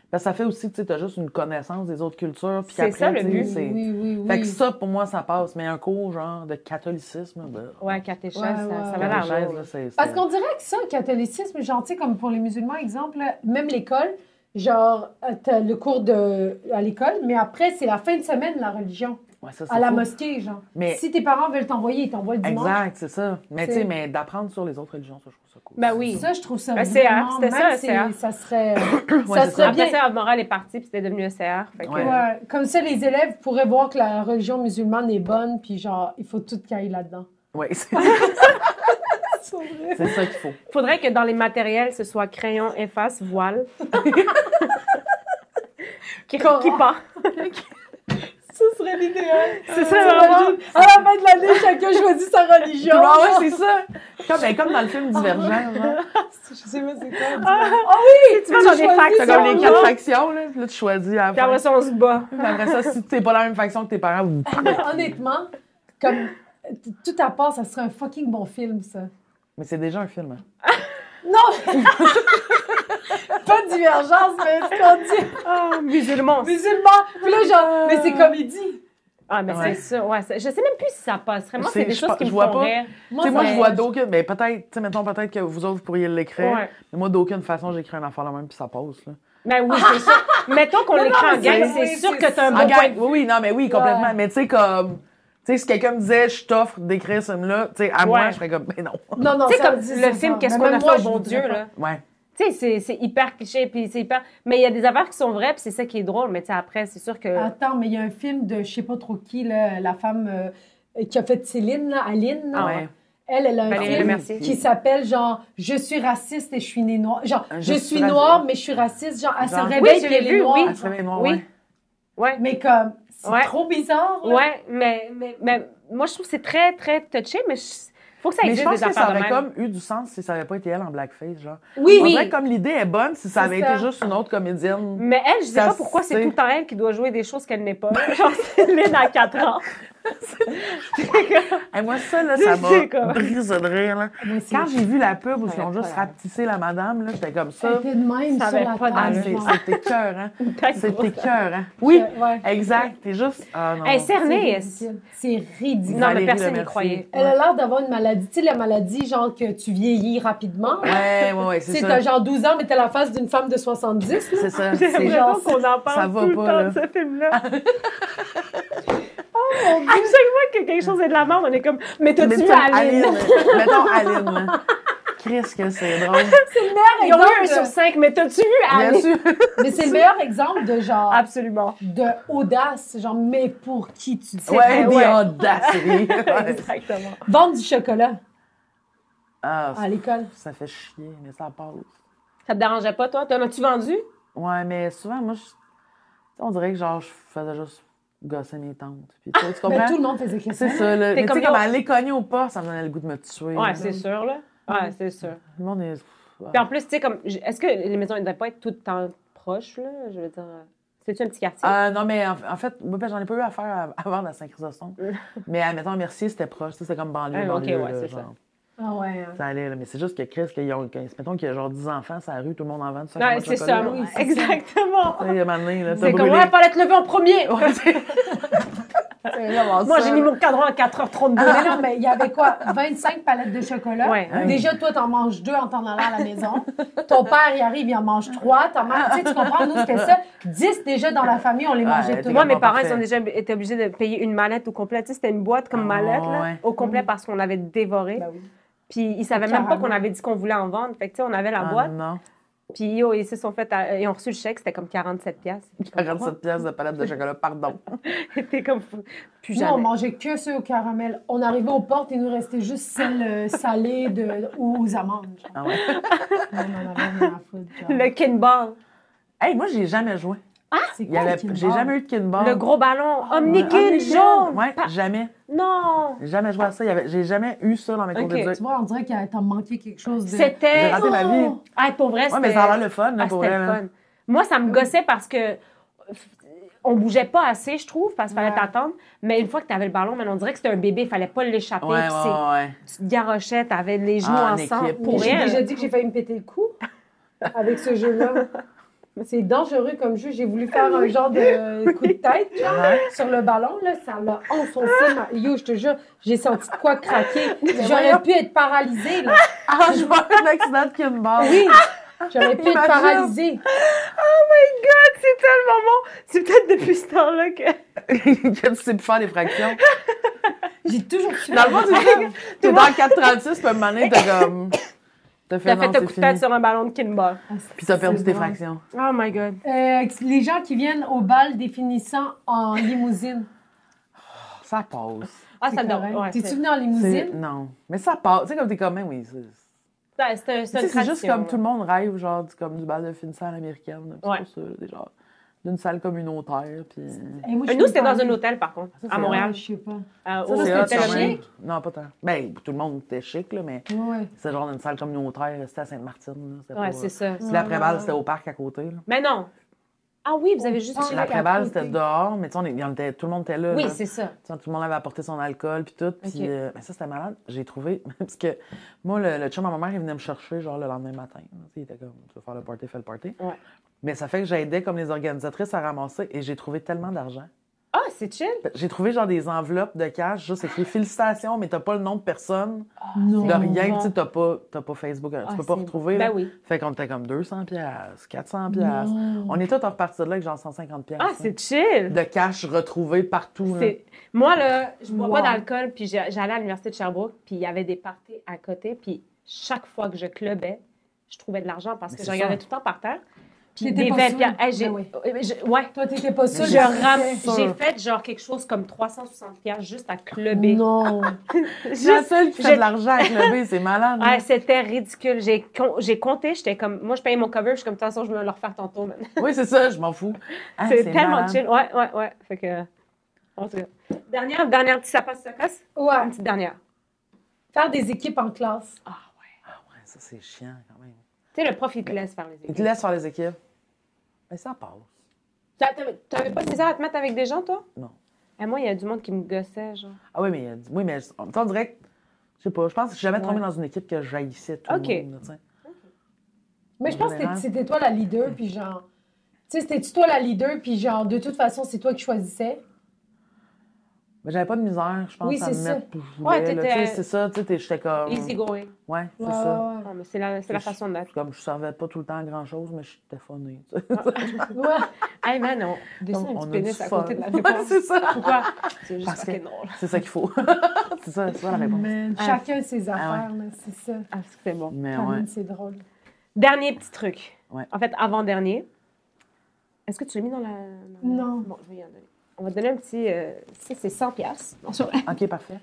parce que ça fait aussi, tu sais, t'as juste une connaissance des autres cultures, puis C'est ça, après, le tu sais, but. c'est... Oui, oui, oui. Fait que ça, pour moi, ça passe, mais un cours, genre, de catholicisme, ben... Ouais, catéchèse, Ouais, ça, ouais, ça ouais. va l'air. catéchèse, là. là, c'est- Parce c'est- qu'on dirait que ça, le catholicisme, genre, tu sais, comme pour les musulmans, exemple, là, même l'école, genre, euh, t'as le cours de, à l'école, mais après, c'est la fin de semaine, la religion, Ouais, ça, c'est à la fou. mosquée, genre. Mais- Si tes parents veulent t'envoyer, ils t'envoient le dimanche. Exact, c'est ça. Mais tu C'est- sais, mais d'apprendre sur les autres religions, ça, je trouve ça cool. Ben oui. Ça, je trouve ça Un CR, vraiment... c'était ça, même un si CR. ça serait... Ouais, ça c'est serait bien. Après ça, morale est partie, puis c'était devenu ECR. Fait que, Ouais. Ouais, Comme ça, les élèves pourraient voir que la religion musulmane est bonne, puis genre, il faut tout cailler là-dedans. Ouais, c'est c'est ça qu'il faut. Faudrait que dans les matériels, ce soit crayon, efface, voile. qui, qui Coran. part. Ce serait l'idéal. C'est ça, vraiment. À la fin de l'année, chacun choisit sa religion. Ah ouais, c'est ça. Comme, ben, comme dans le film Divergent, genre. Je sais pas c'est quoi. Ah, Tu vois, j'en Tu ai choisis fax. T'as comme les non. quatre factions, là, puis là, tu choisis Puis après. après ça, on se bat. Puis après ça, si t'es pas la même faction que tes parents, vous... Honnêtement, comme t- tout à part, ça serait un fucking bon film, ça. Mais c'est déjà un film, hein. Non! pas de divergence, mais ce qu'on dit. Ah, musulman. Musulman! Puis là, genre, mais c'est comédie. Ah, mais Ouais. c'est ça. Ouais, ça- Je sais même plus si ça passe. Vraiment, C'est- c'est des je choses pas- qui me je vois font pas. rire. Tu sais, moi, ça- je vois d'aucune... Ben, peut-être, tu sais, mettons, peut-être que vous autres, vous pourriez l'écrire. Ouais. Mais moi, d'aucune façon, j'écris un enfant la même, puis ça passe, là. Mais oui, c'est sûr. Mettons qu'on l'écrit en mais c'est- gang, c'est oui, sûr c'est que t'as un ça. Ah, bon point. gang, oui, oui, non, mais oui, complètement. Ouais. Mais tu sais, comme... Tu sais, si quelqu'un me disait, je t'offre d'écrire ce film-là, tu sais, à moi, Ouais. je serais comme, ben non. Non, non, Tu sais, ça comme dit, le ça, film, ça. qu'est-ce Mais qu'on même a moi, fait au je bon voudrais Dieu, pas. là. Ouais. Tu sais, c'est- c'est hyper cliché, puis c'est hyper. Mais il y a des affaires qui sont vraies, puis c'est ça qui est drôle. Mais tu sais, après, c'est sûr que. Ah, Attends, mais il y a un film de je sais pas trop qui, là, la femme euh, qui a fait Céline, là, Aline. là. Ah ouais. Elle, elle a un Valérie film Lemercier. qui s'appelle genre Je suis raciste et je suis née noire. Genre Euh, Je, je suis suis raci- noire, mais je suis raciste. Genre, elle se Genre- Oui, réveille je puis elle l'ai est vu, noire. oui. Elle se réveille noire, Oui. ouais. Ouais. Mais comme, c'est Ouais. trop bizarre. là. Ouais, mais, mais, mais moi, je trouve que c'est très, très touché, mais je- faut que ça Mais je existe pense des que ça affaires de aurait même. comme eu du sens si ça avait pas été elle en blackface, genre. Oui, On oui. dirait que comme l'idée est bonne si ça C'est avait ça. été juste une autre comédienne. Mais elle, je sais Ça, pas pourquoi c'est c'est- tout le temps elle qui doit jouer des choses qu'elle n'est pas. Genre, Céline à 4 ans. Et moi, ça, là, Je ça sais, comme. m'a brisé de rire, là. Moi aussi. Quand j'ai vu la pub où ils ont juste Incroyable. rapetissé la madame, là, j'étais comme Elle ça. était de même Ça sur avait la pas Ah, table, c'est- genre. c'est écœurant. hein. C'est écœurant. Oui. Oui, Ouais. exact. T'es juste. Ah non. Elle est cernée. C'est ridicule. C'est ridicule. Non, mais Valérie personne n'y Lemercier. croyait. Elle a l'air d'avoir une maladie. Tu sais, la maladie, genre, que tu vieillis rapidement. Ouais, ouais, ouais, Tu c'est sais, t'as ça. genre 12 ans, mais t'as la face d'une femme de 70. là. C'est ça. J'ai Ah, c'est- l'impression qu'on en parle ça va tout le pas, temps là. Ah. de ce film-là. oh mon Dieu! À chaque fois que quelque chose est de la merde, on est comme « Mais t'as-tu Mais vu ça, Aline? Aline. Mettons Aline, là. Chris, que c'est drôle. Ils ont eu un exemple sur cinq, mais t'as-tu vu, Bien Anne? sûr. de- Mais c'est le meilleur exemple de genre Absolument. de audace, genre mais pour qui tu dis Ouais, vrai, the ouais. audacity. Ouais. Exactement. vendre du chocolat Ah, à l'école. ça fait chier, mais ça passe. Ça te dérangeait pas, toi? T'en as-tu vendu? Ouais, mais souvent, moi, je... tu sais, on dirait que genre, je faisais juste gosser mes tantes. Puis, tu sais, tu Mais comprends? tout le monde faisait que ça. C'est ça, là. Mais T'es tu sais, comme comme yo. aller cogner au pas, ça me donnait le goût de me tuer. Ouais, là. c'est sûr, là. Mm. Ouais, c'est sûr. Le monde est. ah. Ouais. Puis en plus, tu sais, comme, j- est-ce que les maisons ne devraient pas être tout le temps proches, là? Je veux dire, euh, c'est-tu un petit quartier? Ah, non, mais en, en fait, moi, ben, j'en ai pas eu à faire avant la Saint-Chrysostome. mais admettons, Mercier, c'était proche. tu sais, C'était comme banlieue. Ah, ok, banlieue ouais, là, c'est genre. Ah ouais. hein. Ça allait, là. Mais c'est juste que Chris, qu'ils ont, que- mettons qu'il y a genre 10 enfants sur la rue, tout le monde en vend du Ouais, chocolat. c'est ça, là. oui. ouais, c'est ça. exactement. Tu sais, il y a un moment donné, là, t'as C'est comme, brûlé. ouais, fallait te lever en premier! Ouais, c'est- c'est vraiment Moi, ça, j'ai mis là. mon cadran à 4h32. Mais non, mais il y avait quoi? 25 palettes de chocolat. Ouais. Ouais. Ah, Déjà, toi, t'en manges deux en t'en allant à la maison. Ton père, il arrive, il en mange trois. Ta mère, tu sais, tu comprends, nous, c'était ça. 10 déjà dans la famille, on les Ouais, mangeait t'es tous. Moi, Vraiment mes parents, ils parfait. ont déjà été obligés de payer une mallette au complet. Tu sais, c'était une boîte comme Ah, mallette, là, ouais. Bah au complet, parce qu'on l'avait dévoré. Ben oui. Puis ils savaient même pas Carrément. qu'on avait dit qu'on voulait en vendre. Fait que, tu sais, on avait la Ah, boîte. Non, Puis yo, ils se sont fait... à- Ils ont reçu le chèque, c'était comme 47 piastres. 47 pièces de palette de chocolat, pardon. C'était comme... fou. Plus Nous, on jamais. mangeait que ceux au caramel. On arrivait aux portes, il nous restait juste celle euh, salée de, ou aux amandes. genre. Ah ouais. On en avait rien à foutre. genre. Ah, Le kinball. Hey, moi, j'ai jamais joué. C'est Il y quoi le avait- Kinder J'ai jamais eu de kinball. Le gros ballon. Ah, Omnikin ouais. jaune. Ouais, Pa- jamais. Non. J'ai Jamais joué à ça. Il y avait- J'ai jamais eu ça dans mes cours Ok. de Tu duc. vois, on dirait qu'il t'en manquait quelque chose de. J'ai C'était... raté ma vie. Oh! Ah, pour vrai, Ouais, c'était... mais ça a l'air le fun, là, Ah, pour c'était vrai, le là. fun. Moi, ça me gossait parce que on bougeait pas assez, je trouve, parce qu'il fallait Ouais. t'attendre. Mais une fois que tu avais le ballon, man, on dirait que c'était un bébé, il fallait pas l'échapper. Ouais, puis c'est- ouais, ouais. Tu te garochais, tu avais les genoux Ah, en ensemble. équipe. Pour Mais J'ai rien. déjà dit que j'ai failli me péter le cou avec ce jeu-là. C'est dangereux comme jeu. J'ai voulu faire un genre de coup de tête genre, Ouais. sur le ballon. Là, ça l'a enfoncé. ma- Yo, je te jure, j'ai senti de quoi craquer. voyons. J'aurais pu être paralysée. Là. Ah, je vois un accident de Ah kinball. Oui, j'aurais pu Imagine. être paralysée. C'est tellement bon. C'est peut-être depuis ce temps-là que. que tu sais plus faire des fractions. J'ai toujours su. Dans le fond, c'est ça. T'es dans 436, puis à un moment donné, t'as comme... T'as fait, T'as fait non, ta c'est coup de tête fini. sur un ballon de kinball. Puis t'as perdu C'est tes bon. fractions. Oh my god. Euh, les gens qui viennent au bal définissant en limousine. Ça passe. Ah, C'est ça me donne. correct. ouais, T'es-tu c'est- venu en C'est- limousine? Non. Mais ça passe. Tu sais, comme t'es comme, mais oui, c'est... Ouais, C'est un- c'est Tu sais, une C'est juste tradition, comme là. tout le monde rêve, genre, du, comme du bal de finissant à l'américaine. là, puis Ouais. c'est pour ça, là, des genres d'une salle communautaire, puis... Et moi, je Euh, suis Nous, c'était dans paralysée. un hôtel, par contre, Ça, c'est à Montréal. Ouais, je sais pas. Euh, Ça, au- c'est hot, c'était quand le même. chic. Non, pas tant. Ben, tout le monde était chic, là, mais Ouais, ouais. c'est genre d'une salle communautaire, c'était à Sainte-Martine. là, c'était Ouais, pas- c'est ça. Puis l'après-balle, c'était au parc à côté. là. Mais non. Ah oui, vous avez juste. Ah, chillé. L'après-balle, à côté. c'était dehors, mais tu sais, on est- on était- tout le monde était là. Oui, là. c'est ça. Tu sais, Tout le monde avait apporté son alcool, puis tout. Puis Ok. euh, mais ça, c'était malade. J'ai trouvé. Parce que moi, le, le chum à ma mère, il venait me chercher, genre, le lendemain matin. Tu sais, Il était comme, tu veux faire le party, fais le party. Ouais. Mais ça fait que j'aidais comme les organisatrices à ramasser et j'ai trouvé tellement d'argent. Ah, c'est chill. J'ai trouvé genre des enveloppes de cash, juste écrit félicitations, mais t'as pas le nom de personne, Ah, Non. de rien, bon. tu sais, t'as pas, t'as pas Facebook, tu Ah, peux pas c'est- retrouver. là. Ben oui. Fait qu'on était comme 200 pièces, 400 pièces. Non. On est tous repartis de là avec genre 150 pièces. Ah, c'est chill. de cash retrouvé partout. là. C'est- Moi, là, je bois Wow. pas d'alcool, puis j'ai- j'allais à l'université de Sherbrooke, puis il y avait des parties à côté, puis chaque fois que je clubais, je trouvais de l'argent parce Mais que je c'est regardais ça. tout le temps par terre. Puis T'étais des pas 20 sûre. piastres. Hey, j'ai- Ben oui. euh, je- Ouais. Toi, t'étais pas sûre. Je j'ai- ram- sûr. J'ai fait genre quelque chose comme 360 piastres juste à clubber. Non. la Juste- seule qui fait j'ai- de l'argent avec le B, c'est malade. Ouais, hein. c'était ridicule. J'ai con- j'ai compté, j'étais comme. Moi, je payais mon cover, je suis comme, de toute façon, je vais me le refaire tantôt. man. Oui, c'est ça, je m'en fous. Ah, c'est tellement malade. chill. Ouais, ouais, ouais. Fait que. euh, en tout cas. Dernière, dernière petite, ça passe, ça casse? Ouais. Une petite dernière. Faire des équipes en classe. Ah, ouais. Ouais, ça, c'est chiant quand même. Tu sais, le prof, il te laisse faire les Ils te équipes. laissent faire les équipes. Mais ça passe. T'a- T'avais t'avais pas de misère à te mettre avec des gens, toi? Non. Et moi, il y a du monde qui me gossait, genre. Ah oui, mais, oui, mais en même temps, on dirait que- je sais pas, je pense que je suis jamais tombée Ouais. dans une équipe que j'haïssais tout Ok. le monde. tu sais. Mais je pense que t'étais- c'était toi la leader, puis genre. Tu sais, c'était toi la leader, puis genre, de toute façon, c'est toi qui choisissais. Mais j'avais pas de misère, je pense, Oui, à c'est me ça. mettre où je Ouais, voulais, là, tu t'étais- sais, C'est ça, tu sais, t'es- j'étais comme... Easy going. Ouais, c'est Ouais, ça. ouais, Non, mais c'est la, c'est la Euh, Je- façon d'être. Comme je servais pas tout le temps à grand-chose, mais j'étais funnée. tu sais. ouais. Ouais. Hey man, on descend On- un on petit a pénis du à côté de la fun. dépense. c'est ça. Pourquoi? C'est juste Parce que- fucking drôle. C'est ça qu'il faut. C'est ça, c'est ça la réponse. Man, Ah. Chacun ses affaires, Ah là, c'est ça. Ah, c'est bon. Mais Caroline, ouais. c'est drôle. Dernier petit truc. Ouais. En fait, avant-dernier. Est-ce que tu l'as mis dans la... dans la- Non. Bon, je vais y en donner. On va te donner un petit... euh, ça, c'est 100 piastres. Non, sur- OK, parfait.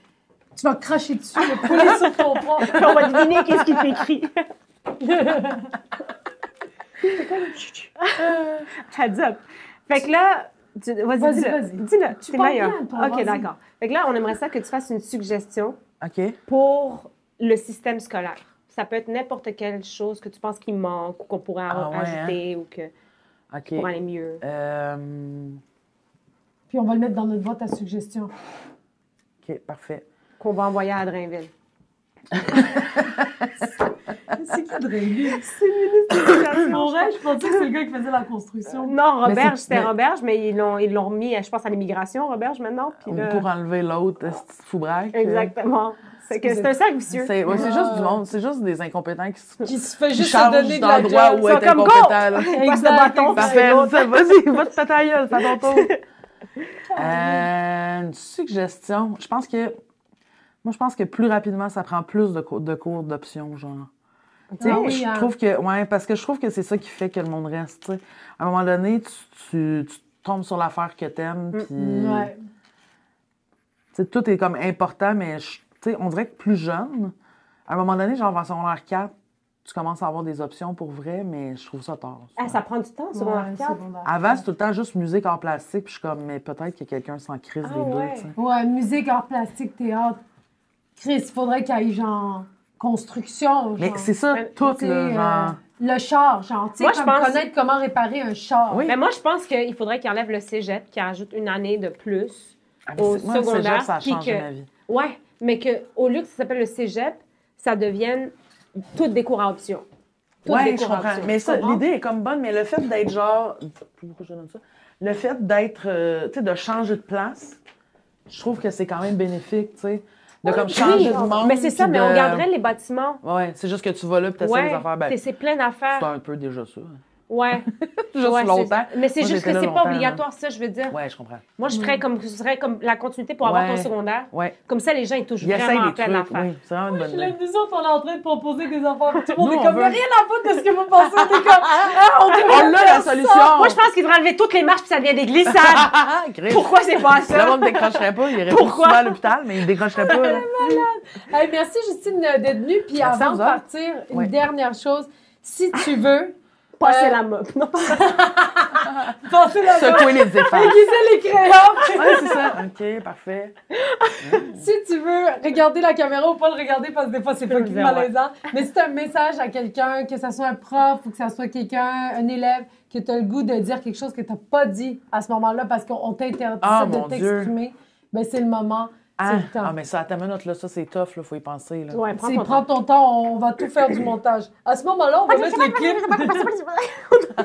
Tu vas cracher dessus, le poulet sur ton poids. On va deviner qu'est-ce qui t'écrit. Heads up. Fait que là, tu- vas-y, Vas-y, dis-le. vas-y. Dis-le, Tu t'es parles meilleur. bien, toi, vas-y. OK, d'accord. Fait que là, on aimerait ça que tu fasses une suggestion OK. pour le système scolaire. Ça peut être n'importe quelle chose que tu penses qu'il manque ou qu'on pourrait Ah ouais, ajouter ou que OK. pour aller mieux. Euh, Puis on va le mettre dans notre vote à suggestion. OK, parfait. Qu'on va envoyer à Drainville. C'est qui Drey? C'est une Mon rêve, je pensais que c'est le gars qui faisait la construction. Non, Mais Roberge, c'est- c'était mais- Roberge, mais ils l'ont, ils l'ont remis, à- je pense, à l'immigration, Roberge, maintenant. Puis On là- Pour enlever l'autre, euh, ce petit foubraque. euh, Exactement. C'est, que c'est un cercle vicieux. C'est ouais, c'est Ouais. juste du monde, c'est juste des incompétents qui se Qui se fait qui juste se changent donner de la d'endroit job. où Ils être sont comme, incompétent. là. Passe le Exact, bâton, exact. c'est Parfait, l'autre. ça, vas-y, va te péter la gueule, c'est à ton tour. Ah, Euh, une suggestion, je pense que... Moi, je pense que plus rapidement, ça prend plus de, cours- de cours d'options, genre. Tu sais, Ah oui, je hein. trouve que... Ouais, parce que je trouve que c'est ça qui fait que le monde reste, tu sais. À un moment donné, tu, tu- tu tombes sur l'affaire que t'aimes, Mm. puis... Ouais. Tu sais, tout est comme important, mais je- tu sais, on dirait que plus jeune, à un moment donné, genre vers secondaire 4, tu commences à avoir des options pour vrai, mais je trouve ça tard. ça. Ah, ça prend du temps, Ouais, secondaire 4. secondaire. Avant, c'est tout le temps juste musique en plastique, puis je suis comme, mais peut-être que quelqu'un s'en crise Ah des deux, ouais. tu sais. Ouais, musique, art plastique, théâtre. Chris, il faudrait qu'il y ait genre construction. Mais genre. c'est ça, Mais, tout, Tu sais, là, euh, genre. le char, genre, tu sais, Moi, je comme pense- connaître comment réparer un char. Oui. Mais moi, je pense qu'il faudrait qu'ils enlèvent le cégep, qu'ils rajoutent une année de plus. Ah, mais au c'est- moi, le cégep, secondaire, ça a puis changé que- ma vie. Ouais, mais qu'au lieu que ça s'appelle le cégep, ça devienne toutes des cours à option. Toutes Ouais, des je cours à comprends. option. Mais ça, Tu comprends? l'idée est comme bonne, mais le fait d'être genre. Pourquoi je donne ça? Le fait d'être. euh, tu sais, de changer de place, je trouve que c'est quand même bénéfique, tu sais. De comme Oui, changer de monde. Mais c'est ça, puis mais on de- garderait les bâtiments. Ouais, c'est juste que tu vas là, puis t'essaies Ouais, des affaires. Ben, t'es- c'est c'est plein d'affaires. un peu déjà ça. Ouais. Juste ouais, c'est- longtemps. Mais c'est Moi, juste j'étais que là c'est longtemps, pas obligatoire, ça, je veux dire. Ouais, je comprends. Moi, je ferais comme, ce serait comme la continuité pour avoir Ouais. ton secondaire. Ouais. Comme ça, les gens, ils touchent Il essaye vraiment des plein d'affaires. trucs. Oui, c'est vraiment une bonne idée. nous autres, on est en train de proposer des affaires. Tout le Nous, monde est on comme, veut- mais rien à foutre de ce que vous pensez. On est comme, ah, on On devrait l'a faire la ça. solution! Moi, je pense qu'il devrait enlever toutes les marches puis ça devient des glissades. Chris, Pourquoi c'est pas Le ça? monde ne décrocherait pas. Il irait plus Pourquoi? souvent à l'hôpital, mais il ne décrocherait pas. là. Hey, merci, Justine, euh, d'être venue. Puis Merci à avant vous de autres. partir, une Ouais. dernière chose. Si tu veux, Passer Euh, la mop. Non, pensez la Secouer les efforts. Aiguisez les crayons. Ouais, c'est ça. OK, parfait. si tu veux regarder la caméra ou pas le regarder, parce que des fois, c'est fucking Ouais. malaisant. Mais si tu as un message à quelqu'un, que ce soit un prof ou que ce soit quelqu'un, un élève, que tu as le goût de dire quelque chose que tu n'as pas dit à ce moment-là parce qu'on t'interdit Ah, de mon Dieu. t'exprimer, ben c'est le moment. Ah, le temps. ah, mais ça, à ta minute, là, ça, c'est tough. Il faut y penser. Là. Ouais, prends C'est ton prends temps. ton temps, on va tout faire du montage. À ce moment-là, on va mettre le clip. Ou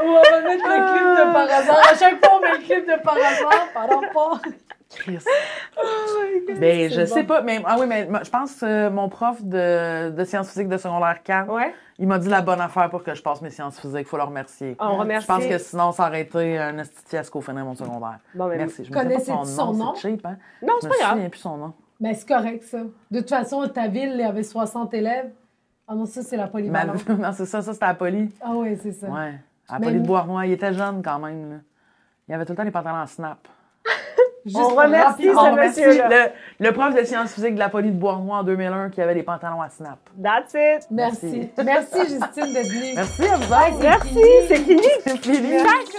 on va mettre le clip de par hasard. À chaque fois, on met le clip de par hasard. Par rapport. Chris. ben, je c'est sais bon. pas. Mais, ah oui, mais moi, je pense que mon prof de, de sciences physiques de secondaire 4, Ouais. il m'a dit la bonne affaire pour que je passe mes sciences physiques. faut le remercier. On remercie. Je pense que sinon, ça aurait été un esti de fiasco au finir mon secondaire. Bon, mais- Merci. Je me Connaissais-tu souviens pas son nom? C'est cheap, hein? Non, Je c'est me pas grave. souviens plus son nom. Mais c'est correct, ça. De toute façon, ta ville, il y avait 60 élèves. Ah non, ça, c'est la Ma- polyvalence. Non, c'est ça. Ça, c'était à Poly. Ah oui, c'est ça. Ouais. À Mais Poly de lui- Bois-Roi. Il était jeune quand même. Là. Il avait tout le temps les pantalons en snap. Juste On pour remercie rappeler- Ah, ce on On remercie. remercie monsieur-là. le, le prof de sciences physiques de la Poly de Bois-Roi en 2001 qui avait des pantalons à snap. That's it. Merci. Merci, Justine, d'être venue. Merci à vous Bye, autres. c'est Merci, fini. c'est fini. C'est fini. Bye,